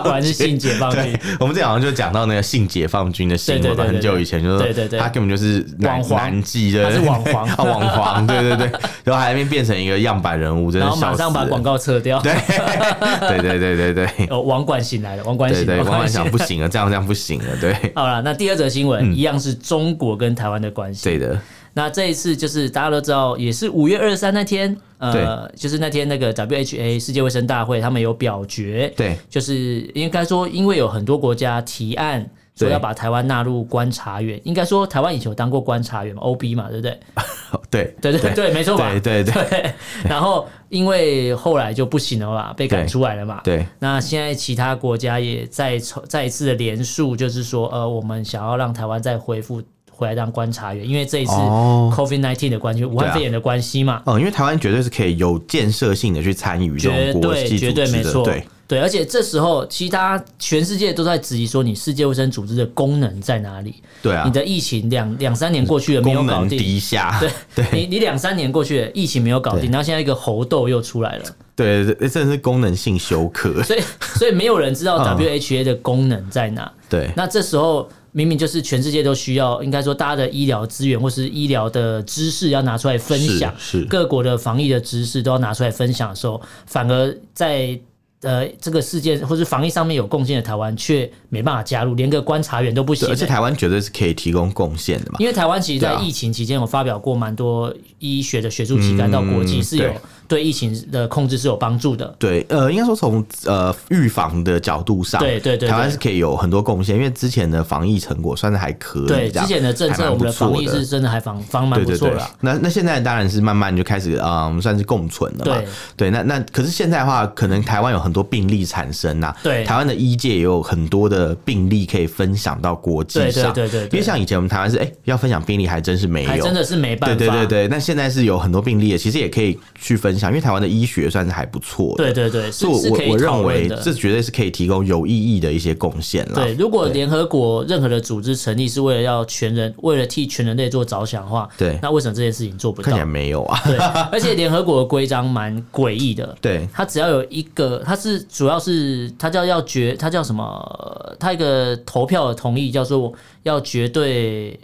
S1: 果然是性解放军
S2: 对。，我们这好像就讲到那个性解放军的新
S1: 对对
S2: 闻嘛，
S1: 对对
S2: 很久以前就是，
S1: 对对对
S2: 他根本就是男
S1: 网黄
S2: 男妓，对不对，
S1: 他是网黄
S2: 啊，网黄，对对对，然后还没变成一个样板人物，真的
S1: 然后
S2: 笑
S1: 马
S2: 死
S1: 上把
S2: 人
S1: 广，告撤掉。
S2: 对对对对对对
S1: 哦，网管醒来了，网管
S2: 对
S1: 醒了，
S2: 对，王
S1: 管
S2: 万
S1: 醒
S2: 想
S1: 了。
S2: 不嗯行了，这样这样不行了，对
S1: 好了，那第二则新闻、一样是中国跟台湾的关系。
S2: 对的，
S1: 那这一次就是大家都知道，也是五月二十三那天，呃，就是那天那个 WHA 世界卫生大会，他们有表决，
S2: 对
S1: 就是应该说，因为有很多国家提案。说
S2: 对
S1: 要把台湾纳入观察院，应该说台湾以前有当过观察员嘛，OB 嘛，对不对？
S2: 哦对
S1: 对对对，没错吧？
S2: 对对 对
S1: 对。然后因为后来就不行了嘛，被赶
S2: 对
S1: 出来了嘛。
S2: 对
S1: 那现在其他国家也在重再一次的联署，就是说，呃，我们想要让台湾再恢复回来当观察员，因为这一次
S2: 哦
S1: COVID nineteen 的关系，武汉肺炎的关系嘛，
S2: 哦，因为台湾绝对是可以有建设性的去参与这
S1: 绝
S2: 种啊国
S1: 对
S2: 际
S1: 绝
S2: 组
S1: 对没
S2: 织的，
S1: 错。
S2: 对
S1: 对，而且这时候其他全世界都在质疑说，你世界卫生组织的功能在哪里？
S2: 对啊
S1: 你，的疫情两两三年过去了，没有
S2: 功
S1: 搞
S2: 能
S1: 定。
S2: 低下，对
S1: 你你两三年过去了，疫情没有搞定，然后现在一个猴痘又出来了，
S2: 对对，真的是功能性休克，
S1: 所以所以没有人知道
S2: 嗯
S1: WHA 的功能在哪。
S2: 对
S1: 那这时候明明就是全世界都需要，应该说大家的医疗资源或是医疗的知识要拿出来分享，
S2: 是是
S1: 各国的防疫的知识都要拿出来分享的时候，反而在。呃，这个事件或是防疫上面有贡献的台湾，却没办法加入，连个观察员都不行
S2: 对，
S1: 欸、
S2: 而且台湾绝对是可以提供贡献的嘛，
S1: 因为台湾其实，在
S2: 对啊
S1: 疫情期间有发表过蛮多医学的学术期刊，到国际
S2: 嗯
S1: 是有
S2: 对
S1: 对疫情的控制是有帮助的。
S2: 对，呃，应该说从呃预防的角度上，
S1: 对对对
S2: 台湾
S1: 对
S2: 是可以有很多贡献，因为之前的防疫成果算是还可以，
S1: 对
S2: 这样
S1: 之前的政策，
S2: 还
S1: 我们
S2: 蛮不
S1: 的防
S2: 错
S1: 疫是真的还防防蛮
S2: 对
S1: 不
S2: 对
S1: 错
S2: 对
S1: 了。，
S2: 那那现在当然是慢慢就开始，嗯，算是共存了嘛
S1: 对。
S2: 对，那那可是现在的话，可能台湾有很多病例产生呐、
S1: 对
S2: 台湾的医界也有很多的病例可以分享到国际
S1: 对对
S2: 上。
S1: 对对对
S2: 因为像以前我们台湾是，哎、要分享病例还真是没有，
S1: 还真的是没办
S2: 对
S1: 法。
S2: 对对对，那现在是有很多病例的，其实也可以去分享，因为台湾的医学算是还不错的。
S1: 对对对，是
S2: 所以我
S1: 是可
S2: 我
S1: 以
S2: 我
S1: 讨
S2: 认为
S1: 论的。
S2: 这绝对是可以提供有意义的一些贡献啦。
S1: 对，如果
S2: 对
S1: 联合国任何的组织成立是为了要全人，为了替全人类做着想的话，
S2: 对
S1: 那为什么这件事情做不
S2: 看
S1: 到
S2: 起来？没有啊。
S1: 对，而且联合国的规章蛮诡异的。
S2: 对
S1: 它只要有一个，它是主要是它叫要绝，它叫什么？它一个投票的同意叫做要绝对，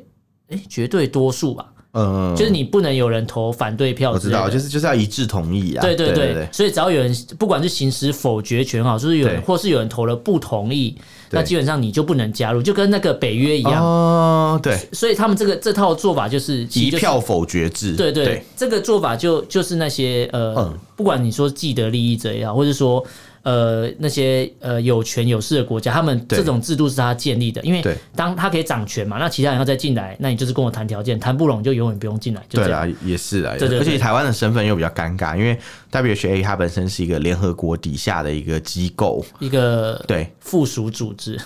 S1: 哎，绝对多数吧，
S2: 嗯，
S1: 就是你不能有人投反对票
S2: 我
S1: 之
S2: 知
S1: 类的。
S2: 道，就是就是要一致同意啊。
S1: 对对
S2: 对
S1: 对，所以只要有人不管是行使否决权哈，就是有人
S2: 对
S1: 或是有人投了不同意，
S2: 对
S1: 那基本上你就不能加入，就跟那个北约一样。
S2: 哦，对，
S1: 所以他们这个这套做法就是其
S2: 一
S1: 实就是
S2: 票否决制，
S1: 对对，
S2: 对
S1: 这个做法就就是那些呃，
S2: 嗯
S1: 不管你说既得利益者也好，或者说呃那些呃有权有势的国家，他们
S2: 对
S1: 这种制度是他建立的，因为
S2: 对
S1: 当他可以掌权嘛，那其他人要再进来，那你就是跟我谈条件，谈不拢你就永远不用进来，就
S2: 对
S1: 这样。
S2: 啦，也是啊，
S1: 对对
S2: 而且
S1: 对
S2: 台湾的身份又比较尴尬，因为 WHA 它本身是一个联合国底下的一个机构，
S1: 一个
S2: 对，
S1: 附属组织、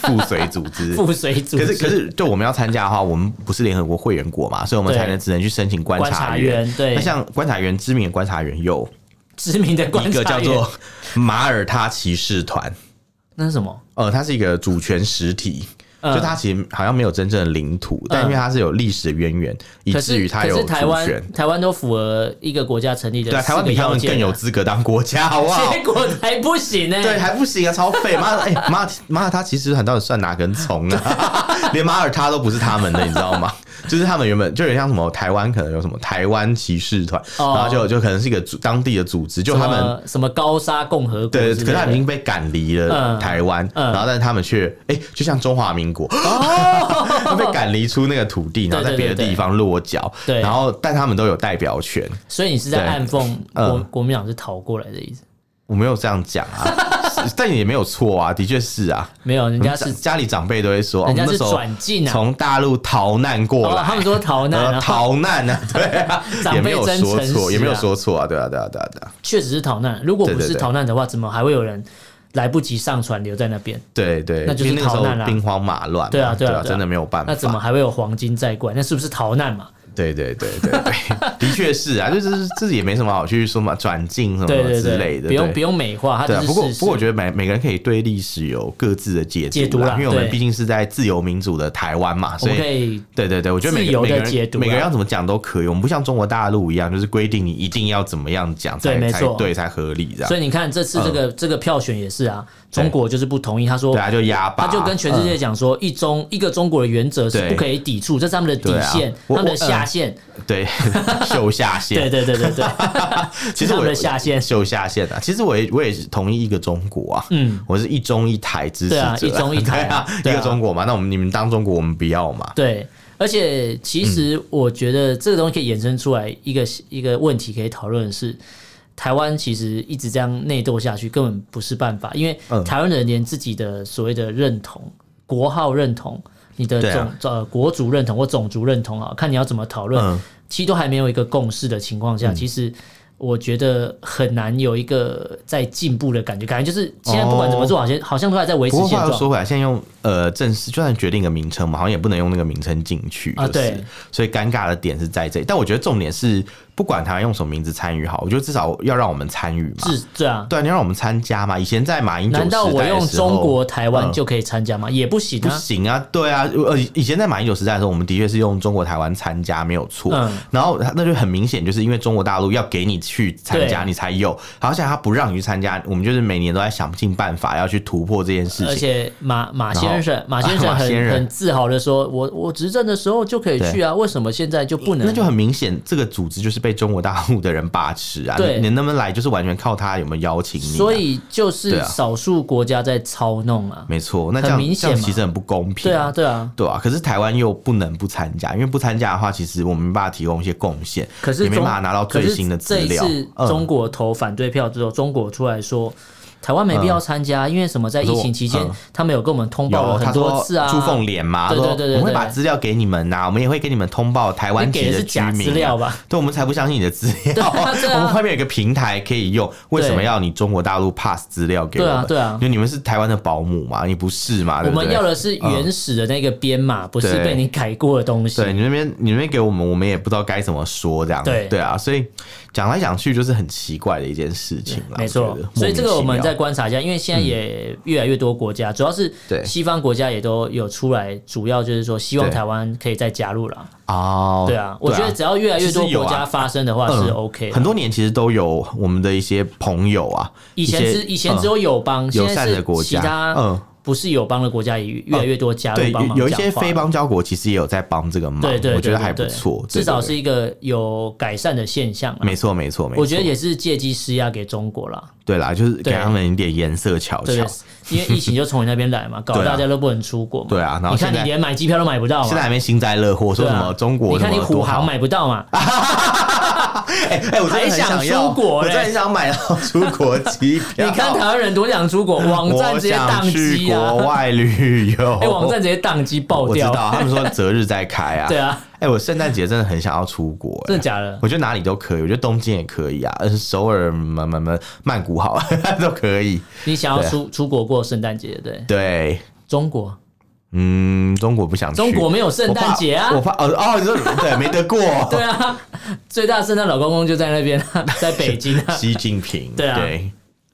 S2: 附随组织。
S1: 附随组织，
S2: 可是可是，就我们要参加的话，我们不是联合国会员国嘛，所以我们
S1: 对
S2: 才能只能去申请观
S1: 观察
S2: 察员。
S1: 员对
S2: 那像观察员知名的观察员有
S1: 知名的观
S2: 一个
S1: 察
S2: 叫
S1: 员，
S2: 做马耳他骑士团，
S1: 那是什么？
S2: 呃，它是一个主权实体。
S1: 嗯
S2: 就它其实好像没有真正的领土，但因为它是有历史渊源，以
S1: 可
S2: 至于
S1: 是
S2: 它
S1: 可
S2: 有
S1: 是
S2: 主
S1: 台
S2: 权
S1: 湾。台湾都符合一个国家成立的
S2: 对啊，台湾比
S1: 四个
S2: 他
S1: 要
S2: 们
S1: 件啊
S2: 更有资格当国家，好不 好
S1: 结？果还不行欸呢、
S2: 对，还不行啊，超废！妈的，哎、马耳马耳他其实很到底算哪根葱啊？ 连马耳他都不是他们的，你知道吗？就是他们原本就有点像什么台湾，可能有什么台湾骑士团，
S1: 哦
S2: 然后就就可能是一个组当地的组织，就
S1: 什
S2: 他们。
S1: 么什么高沙共和国之
S2: 对，
S1: 类的，
S2: 可是他已经被赶离了
S1: 嗯
S2: 台湾，
S1: 嗯
S2: 然后但是他们却哎、就像中华民国，他 被赶离出那个土地，然后在
S1: 哦对对
S2: 别的
S1: 对对
S2: 地方落脚，
S1: 对
S2: 然后但他们都有代表权，
S1: 所以你是在
S2: 对
S1: 暗讽
S2: 嗯
S1: 国国民党是逃过来的意思？
S2: 我没有这样讲啊， 是但也没有错啊，的确是啊，
S1: 没有，人家是
S2: 家家里长辈都会说，
S1: 人家
S2: 哦
S1: 是
S2: 那时候
S1: 转进啊
S2: 从大陆逃难过
S1: 哦
S2: 来，，
S1: 他们说逃难，
S2: 呃
S1: 然后，
S2: 逃难啊，对啊
S1: 长辈
S2: 也没有
S1: 真
S2: 说
S1: 诚实啊
S2: 错，也没有说错啊，对啊，对啊，对啊，对啊，
S1: 确实是逃难。如果不
S2: 对
S1: 是
S2: 对对
S1: 逃难的话，怎么还会有人来不及上船留在那边？
S2: 对对，
S1: 那就是
S2: 因为那个时
S1: 逃难啊
S2: 候兵荒马乱嘛，
S1: 对啊对
S2: 嗯对
S1: 啊对啊
S2: 真的没有办法，嗯
S1: 那怎么还会有黄金在怪？那是不是逃难嘛？
S2: 对对对对对， 的确是啊，就是自己也没什么好去说嘛，转进什么
S1: 对对
S2: 之
S1: 对，
S2: 类的，
S1: 不用
S2: 对
S1: 不用美化，它
S2: 对
S1: 就
S2: 啊，
S1: 是
S2: 不过
S1: 事实
S2: 不过我觉得每每个人可以对历史有各自的解
S1: 解读
S2: 啦
S1: 啦
S2: 因为我们
S1: 对
S2: 毕竟是在自由民主的台湾嘛，
S1: 我
S2: 所
S1: 们
S2: 以
S1: 可以
S2: 对对对，我觉得每
S1: 自
S2: 个
S1: 由地
S2: 每个人
S1: 解读啦啊
S2: 每个人要怎么讲都可以，我们不像中国大陆一样，就是规定你一定要怎么样讲才
S1: 对没
S2: 才
S1: 错
S2: 对才合理这样
S1: 所，以你看这次这个、这个票选也是啊，中国就是不同意，他说
S2: 嗯对啊，就压吧，
S1: 他就跟全世界讲说，一中一个中国的原则是
S2: 对
S1: 不可以抵触，这是他们的
S2: 对
S1: 底
S2: 啊
S1: 线，
S2: 我
S1: 他们的
S2: 我
S1: 下限。
S2: 嗯啊对秀下
S1: 对
S2: 限，
S1: 对对对 对，这是
S2: 其实
S1: 他
S2: 我
S1: 们的下限。
S2: 秀下限啊，其实我也我也是同意一个中国啊，嗯，我是一中一台支持者啊，
S1: 对啊一中一台啊 对
S2: 对一
S1: 啊
S2: 个中国嘛，那我们你们当中国，我们不要嘛，
S1: 对，而且其实
S2: 嗯
S1: 我觉得这个东西可以衍生出来一个一个问题可以讨论的是。台湾其实一直这样内斗下去根本不是办法，因为
S2: 嗯
S1: 台湾人连自己的所谓的认同、国号认同、你的
S2: 对
S1: 种、
S2: 啊
S1: 呃国族认同或种族认同啊，看你要怎么讨论，
S2: 嗯
S1: 其实都还没有一个共识的情况下，其实我觉得很难有一个在进步的感觉，感觉就是现在不管怎么做，好像、好像都还在维持
S2: 哦不过
S1: 现
S2: 话又
S1: 状。
S2: 说回来，现在用呃正式，就算决定一个名称嘛，好像也不能用那个名称进去，
S1: 啊
S2: 就是、
S1: 对，
S2: 所以尴尬的点是在这里。但我觉得重点是，不管他用什么名字参与好，我觉得至少要让我们参与嘛。
S1: 是对啊，
S2: 对啊，你要让我们参加嘛？以前在马英九
S1: 难
S2: 时代
S1: 道我
S2: 的
S1: 用
S2: 时候
S1: 中国台湾
S2: 嗯
S1: 就可以参加吗？也不行
S2: 不
S1: 啊。
S2: 行啊，对啊，呃，以前在马英九时代的时候，我们的确是用中国台湾参加，没有错。
S1: 嗯
S2: 然后那就很明显，就是因为中国大陆要给你去参加，
S1: 对
S2: 你才有。好像他不让你去参加，我们就是每年都在想尽办法要去突破这件事
S1: 而
S2: 情。
S1: 且马马先生，马先生
S2: 啊马
S1: 很
S2: 先生
S1: 很自豪的说：“我我执政的时候就可以去啊，为什么现在就不能？”
S2: 那就很明显，这个组织就是被中国大陆的人把持啊！
S1: 对
S2: 你你能不能来，就是完全靠他有没有邀请你啊、
S1: 所以就是
S2: 对啊
S1: 少数国家在操弄啊。
S2: 没错，那这样
S1: 很明
S2: 这
S1: 显
S2: 样
S1: 嘛
S2: 其实很不公平。
S1: 对啊，，对啊。
S2: 对啊，可是台湾又不能不参加，因为不参加的话，其实我们没办法提供一些贡献，
S1: 可是
S2: 也没
S1: 中
S2: 办法拿到最新的资料
S1: 可是
S2: 嗯
S1: 这一。次中国投反对票之后，中国出来说。台湾没必要参加，因为什么？在疫情期间
S2: 嗯可是我嗯，
S1: 他们有跟我们通报
S2: 有
S1: 了
S2: 他
S1: 很
S2: 说
S1: 多次啊。
S2: 朱凤莲嘛，
S1: 对
S2: 他说
S1: 对对对
S2: 我们会
S1: 对
S2: 把资料给你们啊呐、我们也会给你们通报台湾
S1: 你
S2: 籍
S1: 给的是
S2: 居
S1: 假
S2: 民、
S1: 资
S2: 啊
S1: 料吧？
S2: 对，我们才不相信你的资料。
S1: 啊对啊
S2: 我们外面有一个平台可以用，为什么要你中国大陆 pass 资料给我们？
S1: 对啊对啊
S2: 因为你们是台湾的保姆嘛，你不是嘛？
S1: 我
S2: 啊对不对
S1: 们要的是原始的那个编码，不是
S2: 对
S1: 被你改过的东西。
S2: 对你那边，你那边给我们，我们也不知道该怎么说，这样
S1: 对
S2: 啊，所以讲来讲去就是很奇怪的一件事情啦。
S1: 没
S2: 我
S1: 错
S2: 觉得，
S1: 所以这个我们再
S2: 莫名
S1: 观察一下，因为现在也越来越多国家，主要是
S2: 嗯对
S1: 西方国家也都有出来，主要就是说希望
S2: 对
S1: 台湾可以再加入了。
S2: 其妙哦，
S1: 对啊，我觉得只要越来越多
S2: 其实有
S1: 国
S2: 啊
S1: 家发生的话是
S2: 嗯
S1: OK 的。
S2: 很多年其实都有我们的一些朋友啊，
S1: 以前
S2: 一些
S1: 是以前只
S2: 嗯
S1: 有友邦，现
S2: 友
S1: 在
S2: 善
S1: 是
S2: 的国
S1: 其
S2: 家，
S1: 他
S2: 嗯。
S1: 不是友邦的国家也越来越多加
S2: 对，
S1: 入帮
S2: 有
S1: 忙
S2: 有一
S1: 讲
S2: 些
S1: 话
S2: 非邦交国其实也有在帮这个忙，
S1: 对对对，
S2: 我觉得
S1: 对
S2: 还不
S1: 对
S2: 错，
S1: 至
S2: 对
S1: 少
S2: 对
S1: 是一个有改善的现象
S2: 对
S1: 啊。
S2: 没错没错没错。
S1: 我觉得也是借机施压给中国啦，
S2: 对啦，就是给
S1: 对啊
S2: 他们一点颜色瞧
S1: 对
S2: 瞧
S1: 不。对，因为疫情就从你那边来嘛， 搞
S2: 对
S1: 得
S2: 啊
S1: 大家都不能出国嘛。
S2: 对啊然后
S1: 你看
S2: 现
S1: 你
S2: 在
S1: 连买机票都买不到嘛，
S2: 现在还没幸灾乐祸，说
S1: 对
S2: 什
S1: 啊
S2: 么中国
S1: 你
S2: 什
S1: 看你
S2: 么
S1: 虎
S2: 多好
S1: 航买不到嘛，
S2: 哎哎，我真的很想要
S1: 还想出国
S2: 我
S1: 嘞
S2: 真的很想买到出国机
S1: 你
S2: 票。
S1: 看台湾人多想出国，网站直接
S2: 我
S1: 宕
S2: 想去
S1: 机啊
S2: 国！外旅游，
S1: 哎，网站直接宕机爆
S2: 我知
S1: 掉。
S2: 道，他们说择日再开啊。
S1: 对啊，
S2: 哎，我圣诞节真的很想要出国，哎
S1: 真的假 的？
S2: 我觉得哪里都可以，我觉得东京也可以啊， 呃首尔、曼曼曼、曼谷好 都可以。
S1: 你想要
S2: 对啊
S1: 出出国过圣诞节？对，
S2: 对，
S1: 中国
S2: 嗯，中国不想去，
S1: 中国没有圣诞节啊
S2: 我。怕我怕哦哦，你说对，没 得过。
S1: 对啊，最大圣诞老公公就在那 边啊，在北京 啊。
S2: 习近平，
S1: 对啊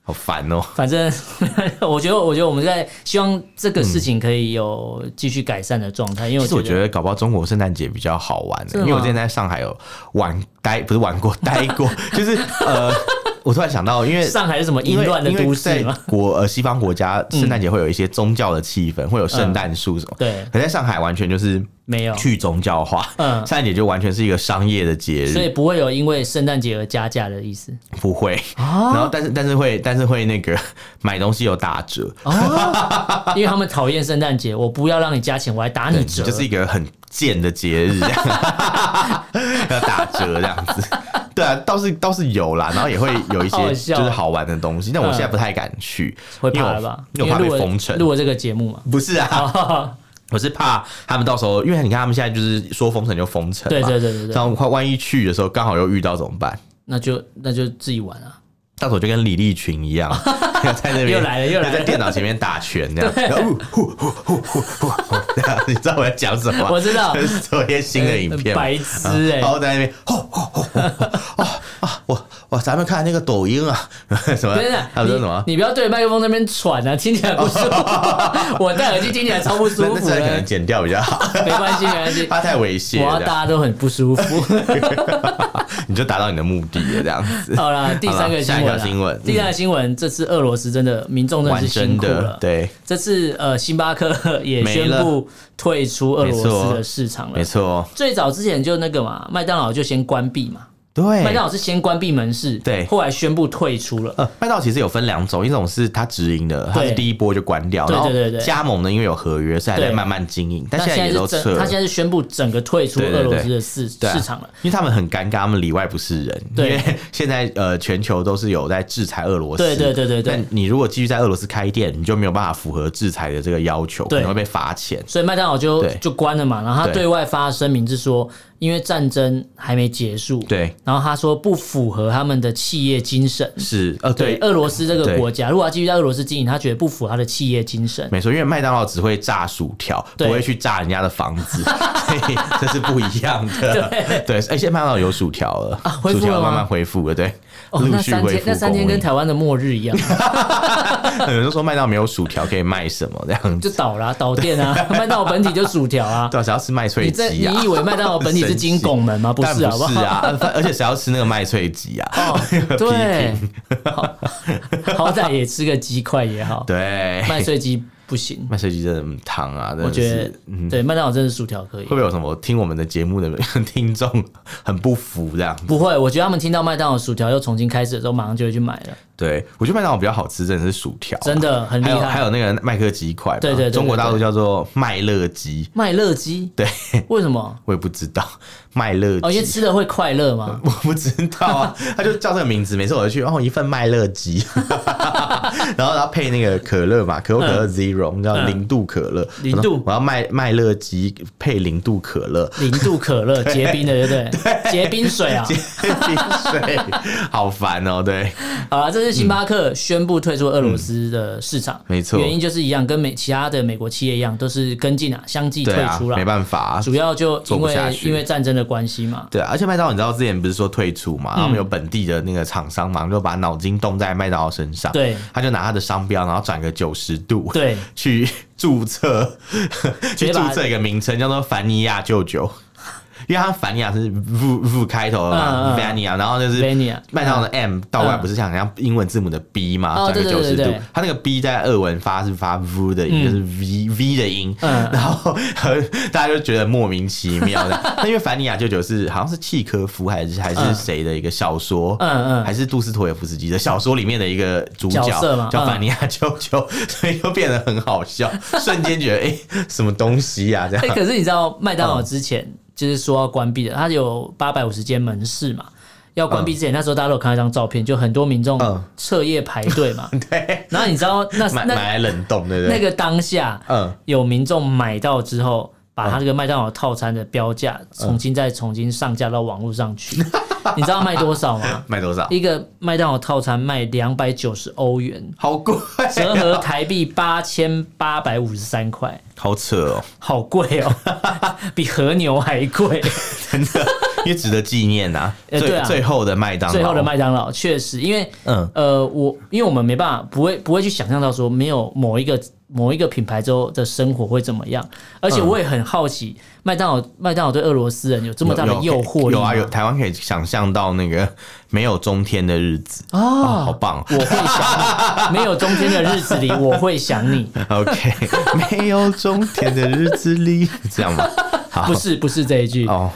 S2: 好烦哦。
S1: 反正 我觉得，我觉得我们在希望这个事情可以有继续改善的状态，因为
S2: 其实我
S1: 我
S2: 觉
S1: 得
S2: 得搞不好中国圣诞节比较好玩、欸，
S1: 真的
S2: 因
S1: 吗
S2: 为我之前在上海有玩待，不是玩过，待 过，就是呃，我突然想到，因为
S1: 上海是什么
S2: 因
S1: 淫
S2: 为
S1: 乱的
S2: 因为
S1: 都
S2: 在
S1: 市嘛，
S2: 国呃西方国家圣诞节会有一些宗教的气氛，会有圣诞树什么，
S1: 嗯对
S2: 可在上海完全就是
S1: 没有，
S2: 去宗教化，
S1: 嗯
S2: 圣诞节就完全是一个商业的节
S1: 所以
S2: 日，
S1: 不会有因为圣诞节而加价的意思
S2: 不会。
S1: 啊
S2: 然后但是但是会但是会那个 买东西有打折，
S1: 因为他们讨厌圣诞节，我不要让你加钱，我还打你折，
S2: 就是一个很贱的节日，这样要打折这样子。对啊，倒是倒是有啦，然后也会有一
S1: 好好
S2: 些
S1: 笑
S2: 就是好玩的东西，但我现在不太敢去，
S1: 会
S2: 因为
S1: 怕
S2: 我
S1: 了吧？
S2: 因为我怕
S1: 录
S2: 被
S1: 了
S2: 封城。
S1: 录了这个节目嘛，
S2: 不是啊，我是怕他们到时候，因为你看他们现在就是说封城就封城
S1: 对
S2: 嘛，
S1: 对对对对，
S2: 然后万一去的时候刚好又遇到怎么办？
S1: 那就那就自己玩啊。
S2: 到时候就跟李立群一样，又在那边
S1: 又来了又来了
S2: 在电脑前面打拳这样，然后呼呼呼呼呼呼，这样你知道我在讲什么吗？
S1: 我知道
S2: 这是昨天新的影片嘛，哦
S1: 白痴哎
S2: 然啊后在那边吼吼吼吼吼啊啊！我我咱们看那个抖音啊， 什么
S1: 真的，
S2: 还有说什么？
S1: 你？你不要对着麦克风那边喘啊，听起来不舒 服。我戴耳机听起来超不舒
S2: 那那
S1: 服
S2: 这可能
S1: 的，
S2: 剪掉比较好，
S1: 没关系，没关系。
S2: 他太猥亵
S1: 我要
S2: 了这
S1: 大
S2: 样，
S1: 家都很不舒 服。
S2: 你就达到你的目的了这样 子。
S1: 好啦，第三个新闻
S2: 下一
S1: 啦，
S2: 条新闻嗯
S1: 第三个新闻，这次俄罗斯真的民众真的
S2: 完
S1: 是辛
S2: 真
S1: 苦
S2: 的
S1: 了。
S2: 对，
S1: 这次呃，星巴克也
S2: 没
S1: 宣
S2: 了
S1: 布退出俄罗
S2: 没错
S1: 斯的市场了
S2: 没。错，
S1: 最早之前就那个嘛，麦当劳就先关闭嘛，
S2: 对，
S1: 麦当劳是先关闭门市，
S2: 哎对
S1: 后来宣布退出了。
S2: 呃，麦当劳其实有分两种，一种是它直营的，它是
S1: 对
S2: 第一波就关掉，
S1: 对
S2: 然后
S1: 对对对
S2: 加盟的因为有合约，所以还在
S1: 对
S2: 慢慢经营，但
S1: 那
S2: 现在也都
S1: 是
S2: 撤
S1: 整，
S2: 了
S1: 他。现在是宣布整个退出
S2: 对对
S1: 俄罗
S2: 对
S1: 斯的市
S2: 对啊
S1: 市场了。
S2: 因为他们很尴尬，他们里外不是人。因
S1: 对
S2: 为现在呃，全球都是有在制裁俄罗斯。
S1: 对对对对对
S2: 但你如果继续在俄罗斯开店，你就没有办法符合制裁的这个要求，
S1: 对
S2: 可能会被罚钱。
S1: 所以麦当劳就
S2: 对
S1: 就关了嘛，然后他
S2: 对
S1: 对外发声明是说，因为战争还没结束，
S2: 对，
S1: 然后他说不符合他们的企业精神，
S2: 是呃，
S1: 对
S2: 对，
S1: 俄罗斯这个
S2: 对
S1: 国家，如果要继续在俄罗斯经营，他觉得不符合他的企业精神。
S2: 没错，因为麦当劳只会炸薯条，
S1: 对
S2: 不会去炸人家的房 子，所以这是不一样的。对，而且麦当劳有薯条了，
S1: 啊恢复
S2: 薯条
S1: 了吗
S2: 慢慢恢复了，对，
S1: 哦，
S2: 陆
S1: 那
S2: 续
S1: 三
S2: 恢
S1: 天
S2: 复
S1: 那三天
S2: 供
S1: 跟
S2: 应
S1: 台湾的末日一 样，
S2: 有人就说麦当劳没有薯条可以卖什么这样
S1: 就
S2: 子，
S1: 倒啦、倒店 啊，麦当劳本体就薯条啊。
S2: 到时候要吃麦脆
S1: 你这哦你
S2: 鸡啊
S1: 以。为麦当劳本体是金拱门吗？不
S2: 但
S1: 是，好
S2: 不是
S1: 好？
S2: 啊，呃反而且谁要吃那个麦脆鸡啊？
S1: 哦
S2: 批，
S1: 对
S2: 评，
S1: 好好歹也吃个鸡块也好，
S2: 对，
S1: 麦脆鸡不行。
S2: 麦脆鸡真的很烫啊！真
S1: 我
S2: 的
S1: 觉
S2: 是
S1: 得，对麦当劳真的薯条可以
S2: 会不。会有什么听我们的节目的 听众很不服这样？
S1: 不会，我觉得他们听到麦当劳薯条又重新开始的时候，马上就会去买了，
S2: 对我觉得麦当劳比较好吃，真的是薯条啊，
S1: 真的很厉
S2: 还有还
S1: 害。
S2: 有那个麦克鸡块嘛，
S1: 对对对对
S2: 中国大陆叫做麦乐鸡，
S1: 麦乐鸡
S2: 对
S1: 为什么？
S2: 我也不知道 麦乐
S1: 哦，因为
S2: 鸡。
S1: 吃了会快乐 嘛。
S2: 我不知道 啊，他就叫这个名字，每次我就去哦，一份麦乐鸡， 然后然后配那个可乐嘛，可口可乐 Zero，、你知道
S1: 嗯
S2: 零度可乐，
S1: 零
S2: 我
S1: 度
S2: 说我要麦麦乐鸡配零度可乐，
S1: 零度可乐结冰的，对不对？结冰水啊
S2: 结！冰水，好烦哦，对，
S1: 好了，这是星巴克宣布退出俄罗斯的市场，
S2: 嗯没错
S1: 原因就是一样，跟美其他的美国企业一样，都是跟进啊，相继退
S2: 对啊，
S1: 出了。
S2: 没办法啊、
S1: 主要就
S2: 做
S1: 因
S2: 不下
S1: 为
S2: 去
S1: 因为战争的关系嘛，
S2: 对啊，而且麦当劳你知道之前不是说退出嘛，
S1: 嗯
S2: 然后他们有本地的那个厂商嘛，就把脑筋动在麦当劳身上，
S1: 对
S2: 他就拿他的商标，然后转个九十度，
S1: 对，
S2: 去注册，去
S1: 接把
S2: 注册一个名称叫做凡尼亚舅舅。 因为他凡尼亚是 V V 开头的嘛
S1: 嗯嗯嗯
S2: 凡尼亚，然后就是
S1: Vania
S2: 麦当劳的 M 倒过来
S1: 嗯
S2: 不是像像英文字母的 B 嘛，
S1: 哦
S2: 转个
S1: 对
S2: 九
S1: 对
S2: 十
S1: 对
S2: 度
S1: 对对，
S2: 他那个 B 在俄文发是发 V 的音，就是 V V 的音，
S1: 嗯
S2: 然后呃大家就觉得莫名其妙 的。那因为凡尼亚舅舅是好像是契科夫还是还是谁的一个小说，
S1: 嗯嗯
S2: 还是杜斯妥也夫斯基的小说里面的一个主角
S1: 角色嘛
S2: 叫
S1: 嗯
S2: 凡尼亚舅舅， 所以就变得很好 笑，瞬间觉得哎、什么东西啊呀、这
S1: 哎、
S2: 样。
S1: 可是你知道麦当
S2: 嗯
S1: 劳之前就是说要关闭的，它有八百五十间门市嘛。要关闭之前，那时候大家都有看到一张照片，就很多民众
S2: 嗯
S1: 彻夜排队 嘛。
S2: 对，
S1: 然后你知道那
S2: 买买
S1: 那
S2: 来冷冻，对不
S1: 那个
S2: 对？
S1: 当下，
S2: 嗯，
S1: 有民众买到之后，把他这个麦当劳套餐的标价重新再重新上架到网络上 去。你知道卖多少吗？
S2: 卖多少？
S1: 一个麦当劳套餐卖两百九十欧元，
S2: 好贵哦，
S1: 折合台币八千八百五十三块，
S2: 好扯哦，
S1: 好贵哦， 比和牛还贵。
S2: 真的，因为值得纪念呐、
S1: 呃对
S2: 最
S1: 啊
S2: 最后的麦当劳，
S1: 最后的麦当劳确实，因为
S2: 嗯
S1: 呃，我因为我们没办法，不会不会去想象到说没有某一个某一个品牌之后的生活会怎么样，而
S2: 嗯
S1: 且我也很好奇，麦当劳麦当劳对俄罗斯人有这么大的
S2: 有
S1: 诱惑力
S2: 有啊，
S1: 吗
S2: 有台湾可以想象到那个没有中天的日子哦，好
S1: 啊。
S2: 棒
S1: 我会想你，没有中间的日子里，我会想你。
S2: ，OK，没有中天的日子里， 这样吗？ 好
S1: 不是不是这一句，
S2: 哦，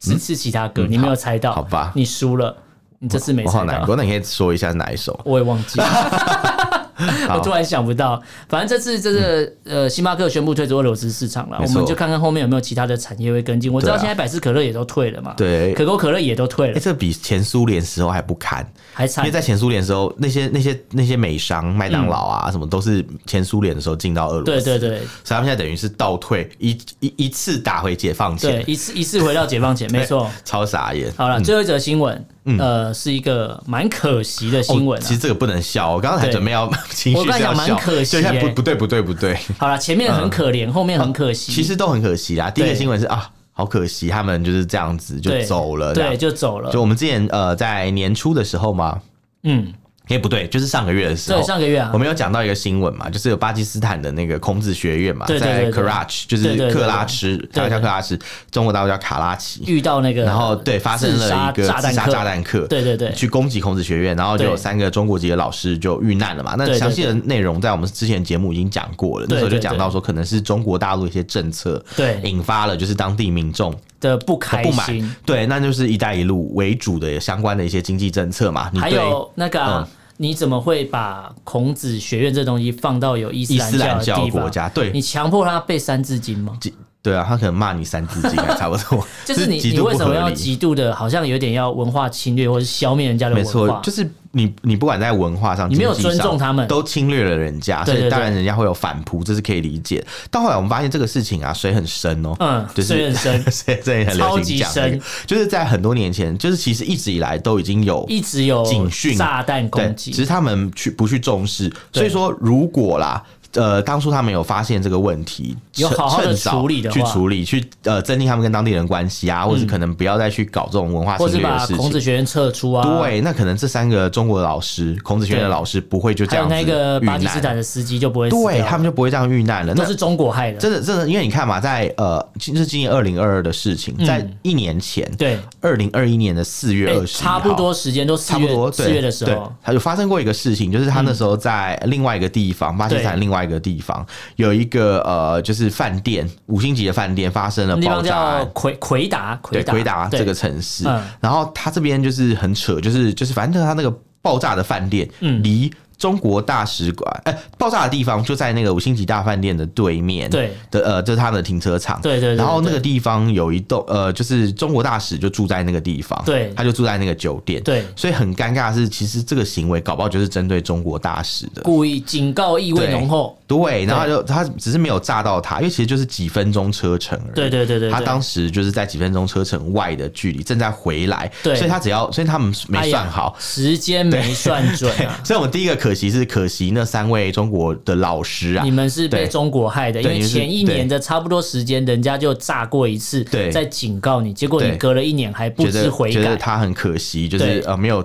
S1: 是是其他歌，你没有猜到，
S2: 好吧
S1: 你输了，你这次没
S2: 我好
S1: 猜
S2: 难
S1: 到，
S2: 过，那你可以说一下哪一首？
S1: 我也忘记了。
S2: 好嗯
S1: 我突然想不到，反正这次这个呃，星巴克宣布退出俄罗斯市场了，
S2: 没
S1: 我
S2: 错
S1: 们就看看后面有没有其他的产业会跟进。我知
S2: 对
S1: 道
S2: 啊
S1: 现在百事可乐也都退了嘛，
S2: 对
S1: 可口可乐也都退
S2: 哎、
S1: 了，
S2: 这比前苏联时候还不堪，
S1: 还
S2: 因
S1: 惨
S2: 为。在前苏联时候，那些那些那些美商、麦当劳啊，什么都是前苏联的时候进到俄罗斯，
S1: 嗯对对，对
S2: 所以他们现在等于是倒退一一一次打回解放
S1: 对
S2: 前，， 嗯
S1: 一次一次回到解放前，没错。
S2: 超傻眼。
S1: 好了，最后一则新闻，呃，是一个蛮可惜的新闻
S2: 嗯哦
S1: 啊
S2: 其。实这个不能笑，我刚刚才
S1: 对
S2: 准备要 情绪
S1: 我刚
S2: 是
S1: 才
S2: 要
S1: 讲蛮
S2: 笑，
S1: 可惜
S2: 就像
S1: 欸
S2: 不不对不对 不对，
S1: 好了，前面很可怜，后面很可惜。
S2: 嗯哦其实都很可惜啦。第一个
S1: 对
S2: 新闻是啊，好可惜，他们就是这样子就
S1: 对
S2: 走呃了，这
S1: 对，
S2: 样
S1: 就走了
S2: 就。我们之前呃在年初的时候嘛，
S1: 嗯，
S2: 哎不对，就是上个月的时候
S1: 对，，上个月啊
S2: 我，们有讲到一个新闻嘛，就是有巴基斯坦的那个孔子学院嘛，
S1: 对对
S2: 在
S1: 对对
S2: Karach，就
S1: 对对
S2: 是
S1: 对
S2: 克拉什，它
S1: 对
S2: 叫
S1: 对
S2: 克拉什，中国大陆叫卡拉奇。
S1: 遇到那个，
S2: 然后对，发生
S1: 呃自
S2: 了
S1: 杀
S2: 一个
S1: 炸
S2: 自
S1: 弹
S2: 杀
S1: 客
S2: 炸弹客，
S1: 对对对
S2: 去攻击孔子学院，然后就有
S1: 对
S2: 三个中国籍的老师就遇难了嘛。那
S1: 对对
S2: 详细的内容在我们之前节目已经讲过了，那
S1: 对
S2: 时候就
S1: 对
S2: 讲
S1: 对
S2: 到说，可能是中国大陆一些政策
S1: 对
S2: 引发了就是当地民众
S1: 的不开
S2: 不满
S1: 心，，
S2: 对，那就是“一带一路”为主的相关的一些经济政策嘛。你
S1: 还
S2: 嗯对嗯
S1: 有那个啊、你怎么会把孔子学院这东西放到有伊斯
S2: 伊斯兰
S1: 兰
S2: 教
S1: 的地方？
S2: 国家，对
S1: 你强迫他背三字经吗？
S2: 极对啊，他可能骂你三字经还差不多，
S1: 就是你，
S2: 极
S1: 你
S2: 度
S1: 为
S2: 不
S1: 什么
S2: 合
S1: 要
S2: 理？
S1: 极度的，好像有点要文化侵略，或是消灭人家的
S2: 没
S1: 文
S2: 错
S1: 化，？
S2: 就是你你不管在文化上，
S1: 你没有
S2: 经济上
S1: 尊重他们
S2: 都侵略了人家，
S1: 对
S2: 所以
S1: 对
S2: 当然
S1: 对
S2: 人家会有反扑，这是可以理解。到后来我们发现这个事情啊，水很深哦，
S1: 嗯，
S2: 就是，
S1: 水很深
S2: 所以这也很流
S1: 超
S2: 行
S1: 级
S2: 讲、那个
S1: 深，
S2: 就是在很多年前，就是其实一直以来都已经有
S1: 一直有
S2: 警讯
S1: 炸弹
S2: 对，
S1: 攻
S2: 只
S1: 击，
S2: 是他们去不去重视。所
S1: 对
S2: 以说，如果啦。呃，当初他们有发现这个问题，
S1: 有
S2: 趁
S1: 好好地
S2: 趁早
S1: 处理的话嗯
S2: 去处理，去呃增进他们跟当地人关系啊，或者是可能不要再去搞这种文化
S1: 或
S2: 侵
S1: 是
S2: 略的
S1: 把
S2: 事
S1: 孔子
S2: 情。
S1: 学院撤出啊，，
S2: 对，那可能这三个中国的老师，孔子学院的
S1: 对
S2: 老师不会就这
S1: 还有
S2: 样子
S1: 那个
S2: 遇
S1: 巴基
S2: 难
S1: 斯坦的司机就不会死掉
S2: 对他们就不会这样遇难了。那
S1: 都是中国害的，
S2: 真的真的，因为你看嘛，在呃，就是今年二零二二的事情，在一年前，
S1: 嗯对，
S2: 二零二一年的四月
S1: 哎
S2: 二十，
S1: 差不多时间都四
S2: 差不多
S1: 月
S2: 对
S1: 四月的时
S2: 对
S1: 候，
S2: 他有发生过一个事情，就是他那时候在另外一个地
S1: 嗯
S2: 方，巴基斯坦
S1: 对
S2: 另外一个地方有一个呃，就是饭店五星级的饭店发生了
S1: 那地
S2: 爆
S1: 方
S2: 炸
S1: 叫
S2: 案。
S1: 奎奎达，
S2: 对，
S1: 奎达，
S2: 奎达
S1: 对
S2: 这个城市
S1: 嗯，
S2: 然后他这边就是很扯，就是就是反正他那个爆炸的饭店
S1: 嗯
S2: 离中国大使馆，哎，爆炸的地方就在那个五星级大饭店的对面，
S1: 对
S2: 的呃，这是他们的停车场，
S1: 对对对
S2: 然后那
S1: 对
S2: 个地方有一栋呃，就是中国大使就住在那个地方，
S1: 对
S2: 他就住在那个酒店，
S1: 对
S2: 所以很尴尬的是，其实这个行为搞不好就是针对中国大使的。
S1: 故意警告意味浓厚，
S2: 对，然后他就他只是没有炸到他，因为其实就是几分钟车程而已。
S1: 对对对对对
S2: 他当时就是在几分钟车程外的距离正在回来，
S1: 对
S2: 所以他只要，所以他们没算好
S1: 哎呀。时间没算准啊。
S2: 所以我们第一个可惜是可惜那三位中国的老师啊
S1: 你，们是被
S2: 对
S1: 中国害的，因
S2: 对
S1: 为
S2: 你们是
S1: 前一年的差不多时间，人家就炸过一次
S2: 对，
S1: 在警告你，结果
S2: 对
S1: 你隔了一年还不
S2: 觉
S1: 知
S2: 得
S1: 悔
S2: 觉得
S1: 改。
S2: 他很可惜，就
S1: 对
S2: 是呃没有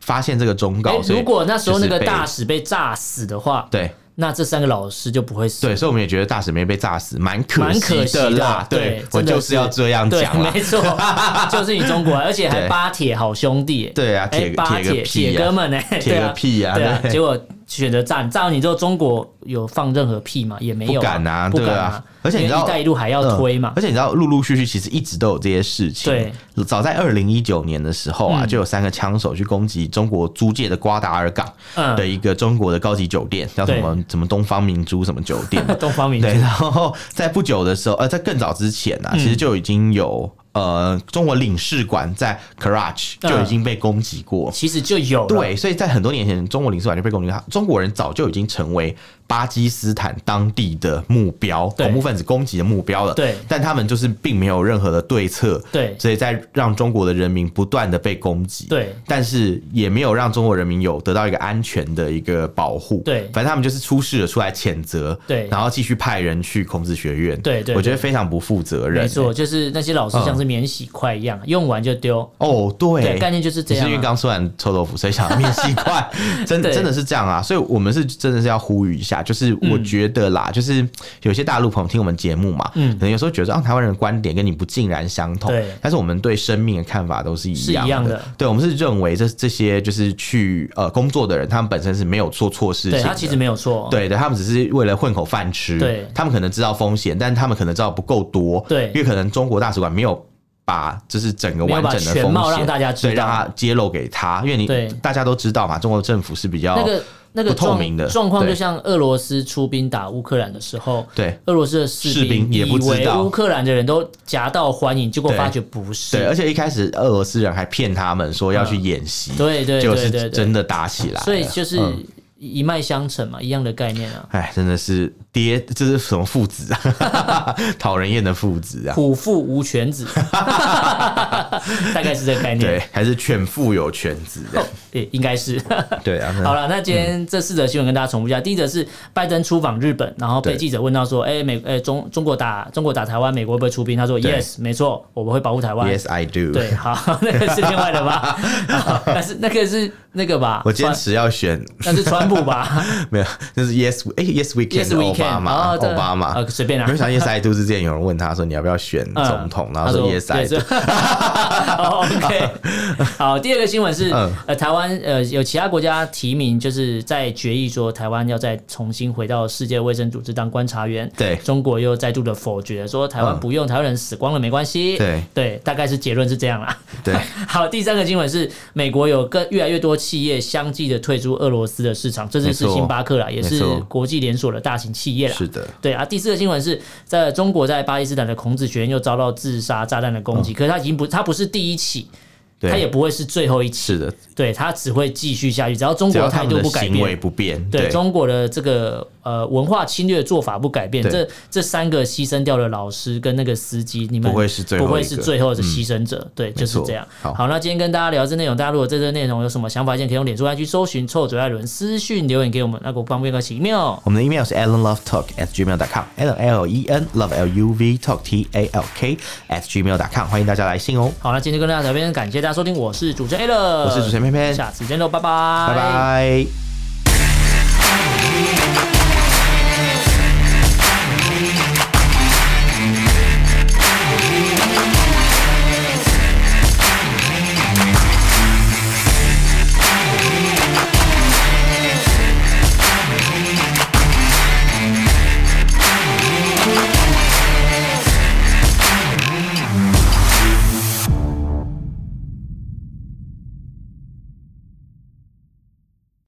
S2: 发现这个忠
S1: 哎
S2: 告。所以
S1: 如果那时候那个大
S2: 就是
S1: 使被炸死的话，
S2: 被对。
S1: 那这三个老师就不会死。
S2: 对，所以我们也觉得大使没被炸死，蛮可
S1: 蛮可
S2: 惜
S1: 惜的
S2: 啦
S1: 啊。
S2: 对
S1: 对，
S2: 我
S1: 真的
S2: 就是要
S1: 是
S2: 这样
S1: 对
S2: 讲，啦。
S1: 没错， 就是你中国，而且还
S2: 对
S1: 巴铁好兄弟耶。
S2: 对啊
S1: 哎
S2: 铁个
S1: 巴
S2: 铁
S1: 铁
S2: 个屁啊呀
S1: 铁哥 们呢？
S2: 铁个屁呀
S1: 对啊，
S2: 对
S1: 结果选择炸，炸完你之后，中国有放任何屁吗？也没有，
S2: 不敢啊
S1: 啊，不
S2: 对
S1: 敢
S2: 啊而且你
S1: 因为
S2: 知道
S1: 一带一路还要推嘛
S2: 嗯，而且你知道，陆陆续续其实一直都有这些事情。
S1: 对，
S2: 早在二零一九年的时候啊，
S1: 嗯
S2: 就有三个枪手去攻击中国租界的瓜达尔港
S1: 嗯。
S2: 的一个中国的高级酒店，叫什么什么东方明珠什么酒店嘛
S1: 东方明珠
S2: 对，然后在不久的时候，呃，在更早之前
S1: 嗯
S2: 啊，其实就已经有呃中国领事馆在 Karach
S1: 嗯
S2: 就已经被攻击过。
S1: 其实就有了，
S2: 对，所以在很多年前，中国领事馆就被攻击，中国人早就已经成为巴基斯坦当地的目标，
S1: 对
S2: 恐怖分子攻击的目标了。
S1: 对
S2: 但他们就是并没有任何的对策，
S1: 对
S2: 所以在让中国的人民不断的被攻击，
S1: 对
S2: 但是也没有让中国人民有得到一个安全的一个保护，
S1: 对
S2: 反正他们就是出事了出来谴责，
S1: 对
S2: 然后继续派人去孔子学院，
S1: 对对
S2: 我觉得非常不负责任、
S1: 没错，就是那些老师
S2: 嗯
S1: 像是免洗筷一样，用完就丢。
S2: 哦，
S1: 对，概念就是这
S2: 只是
S1: 样
S2: 因为
S1: 啊、
S2: 刚吃完臭豆腐，所以想要面吸 块，真
S1: 对
S2: 真的是这样啊！所以我们是真的是要呼吁一下，就是我觉得啦，就是有些大陆朋友听我们节目嘛，
S1: 嗯
S2: 可能有时候觉得啊，台湾人的观点跟你不尽然相同，
S1: 对
S2: 但是我们对生命的看法都是一样
S1: 是一样的
S2: 对，我们是认为这这些就是去呃工作的人，他们本身是没有做错事情
S1: 对
S2: 的，
S1: 他其实没有错，
S2: 对对，他们只是为了混口饭吃。
S1: 对
S2: 他们可能知道风险，但他们可能知道不够多。
S1: 对
S2: 因为可能中国大使馆没有把就是整个
S1: 没
S2: 完
S1: 有把
S2: 整的
S1: 全
S2: 风
S1: 貌
S2: 险
S1: 让大家知
S2: 对让
S1: 道
S2: 他揭露给他，因为你
S1: 对
S2: 大家都知道嘛，中国政府是比较
S1: 那个那个
S2: 哦不透
S1: 状
S2: 明的
S1: 状况，
S2: 对
S1: 就像俄罗斯出兵打乌克兰的时候，
S2: 对
S1: 俄罗斯的士
S2: 士兵也不
S1: 以
S2: 知
S1: 为
S2: 道
S1: 乌克兰的人都夹道欢迎，结果
S2: 对
S1: 发觉不
S2: 对，
S1: 是，
S2: 而且一开始俄罗斯人还骗他们说要去演习，
S1: 嗯对对
S2: 结果
S1: 对
S2: 是
S1: 对对，
S2: 真的打起来了，
S1: 所以就是
S2: 嗯
S1: 一脉相承嘛，一样的概念啊。
S2: 哎、真的是爹这是什么父子啊？ 讨人厌的父子啊！
S1: 虎父无犬子， 大概是这个概念。哦
S2: 对，还是犬父有犬子这样。
S1: 也应该是。
S2: 对啊，
S1: 好了，那今天这四则新闻跟大家重复一下。第一则是拜登出访日本，然后被
S2: 对
S1: 记者问到说：“哎，美哎中中国打中国打台湾，美国会不会出兵？”他说
S2: 对
S1: ：“Yes，没错，我们会保护台湾。”
S2: Yes, I do。
S1: 对，好， 那个是另外的吧？ 好但是那个是那个吧？
S2: 我坚
S1: 川
S2: 持要选，
S1: 那是川普吧
S2: 没有，就是 Yes，哎、y e s we can，
S1: ？Yes, we
S2: 奥
S1: can。
S2: 巴马，
S1: 哦对
S2: 奥巴马。
S1: 呃，随便嗯啦
S2: 没。想到 Yes I do 之前有人问他说你要不要选总统，然后说 Yes I do，
S1: o k 哦好，第二个新闻是
S2: 嗯，
S1: 呃，台湾呃有其他国家提名，就是在决议说台湾要再重新回到世界卫生组织当观察员。
S2: 对
S1: 中国又再度的否决，说台湾
S2: 嗯
S1: 不用，台湾人死光了没关系。
S2: 对
S1: 对，大概是结论是这样啦。
S2: 对，
S1: 好，第三个新闻是美国有更越来越多企业相继的退出俄罗斯的市场，这次是
S2: 没错
S1: 星巴克啦，也
S2: 没
S1: 是
S2: 错
S1: 国际连锁的大型企业啦。
S2: 是的，
S1: 对啊，第四个新闻是在中国在巴基斯坦的孔子学院又遭到自杀炸弹的攻击，可是它已经不，它不是第一起，它也
S2: 嗯对，
S1: 不会是最后一起，
S2: 是的，
S1: 对，它只会继续下去，只要中
S2: 只
S1: 国
S2: 要他
S1: 态
S2: 们
S1: 度
S2: 的
S1: 不改
S2: 行为
S1: 变。
S2: 不变，
S1: 对
S2: 对，
S1: 中国的这个呃文化侵略做法不改变，
S2: 对
S1: 这这三个牺牲掉的老师跟那个司机，你们
S2: 不会是最后
S1: 不
S2: 一个嗯
S1: 会是最后的牺牲者，对，就是
S2: 错
S1: 这样。
S2: 好
S1: 那今天跟大家聊这内容，大家如果对这内容有什么想法，意见，可以用脸书来去搜寻臭嘴艾伦私讯留言给我们，那给我方便个请 email。
S2: 我们的 email 是 allenlovetalk at gmail.com，l l e n love l u v talk t a l k at gmail.com，欢迎大家来信哦，
S1: 好，那今天就跟大家聊到这边，感谢大家收听，我是主持人 A 乐，
S2: 我是主持人偏偏
S1: 下次见喽，拜拜，
S2: 拜拜。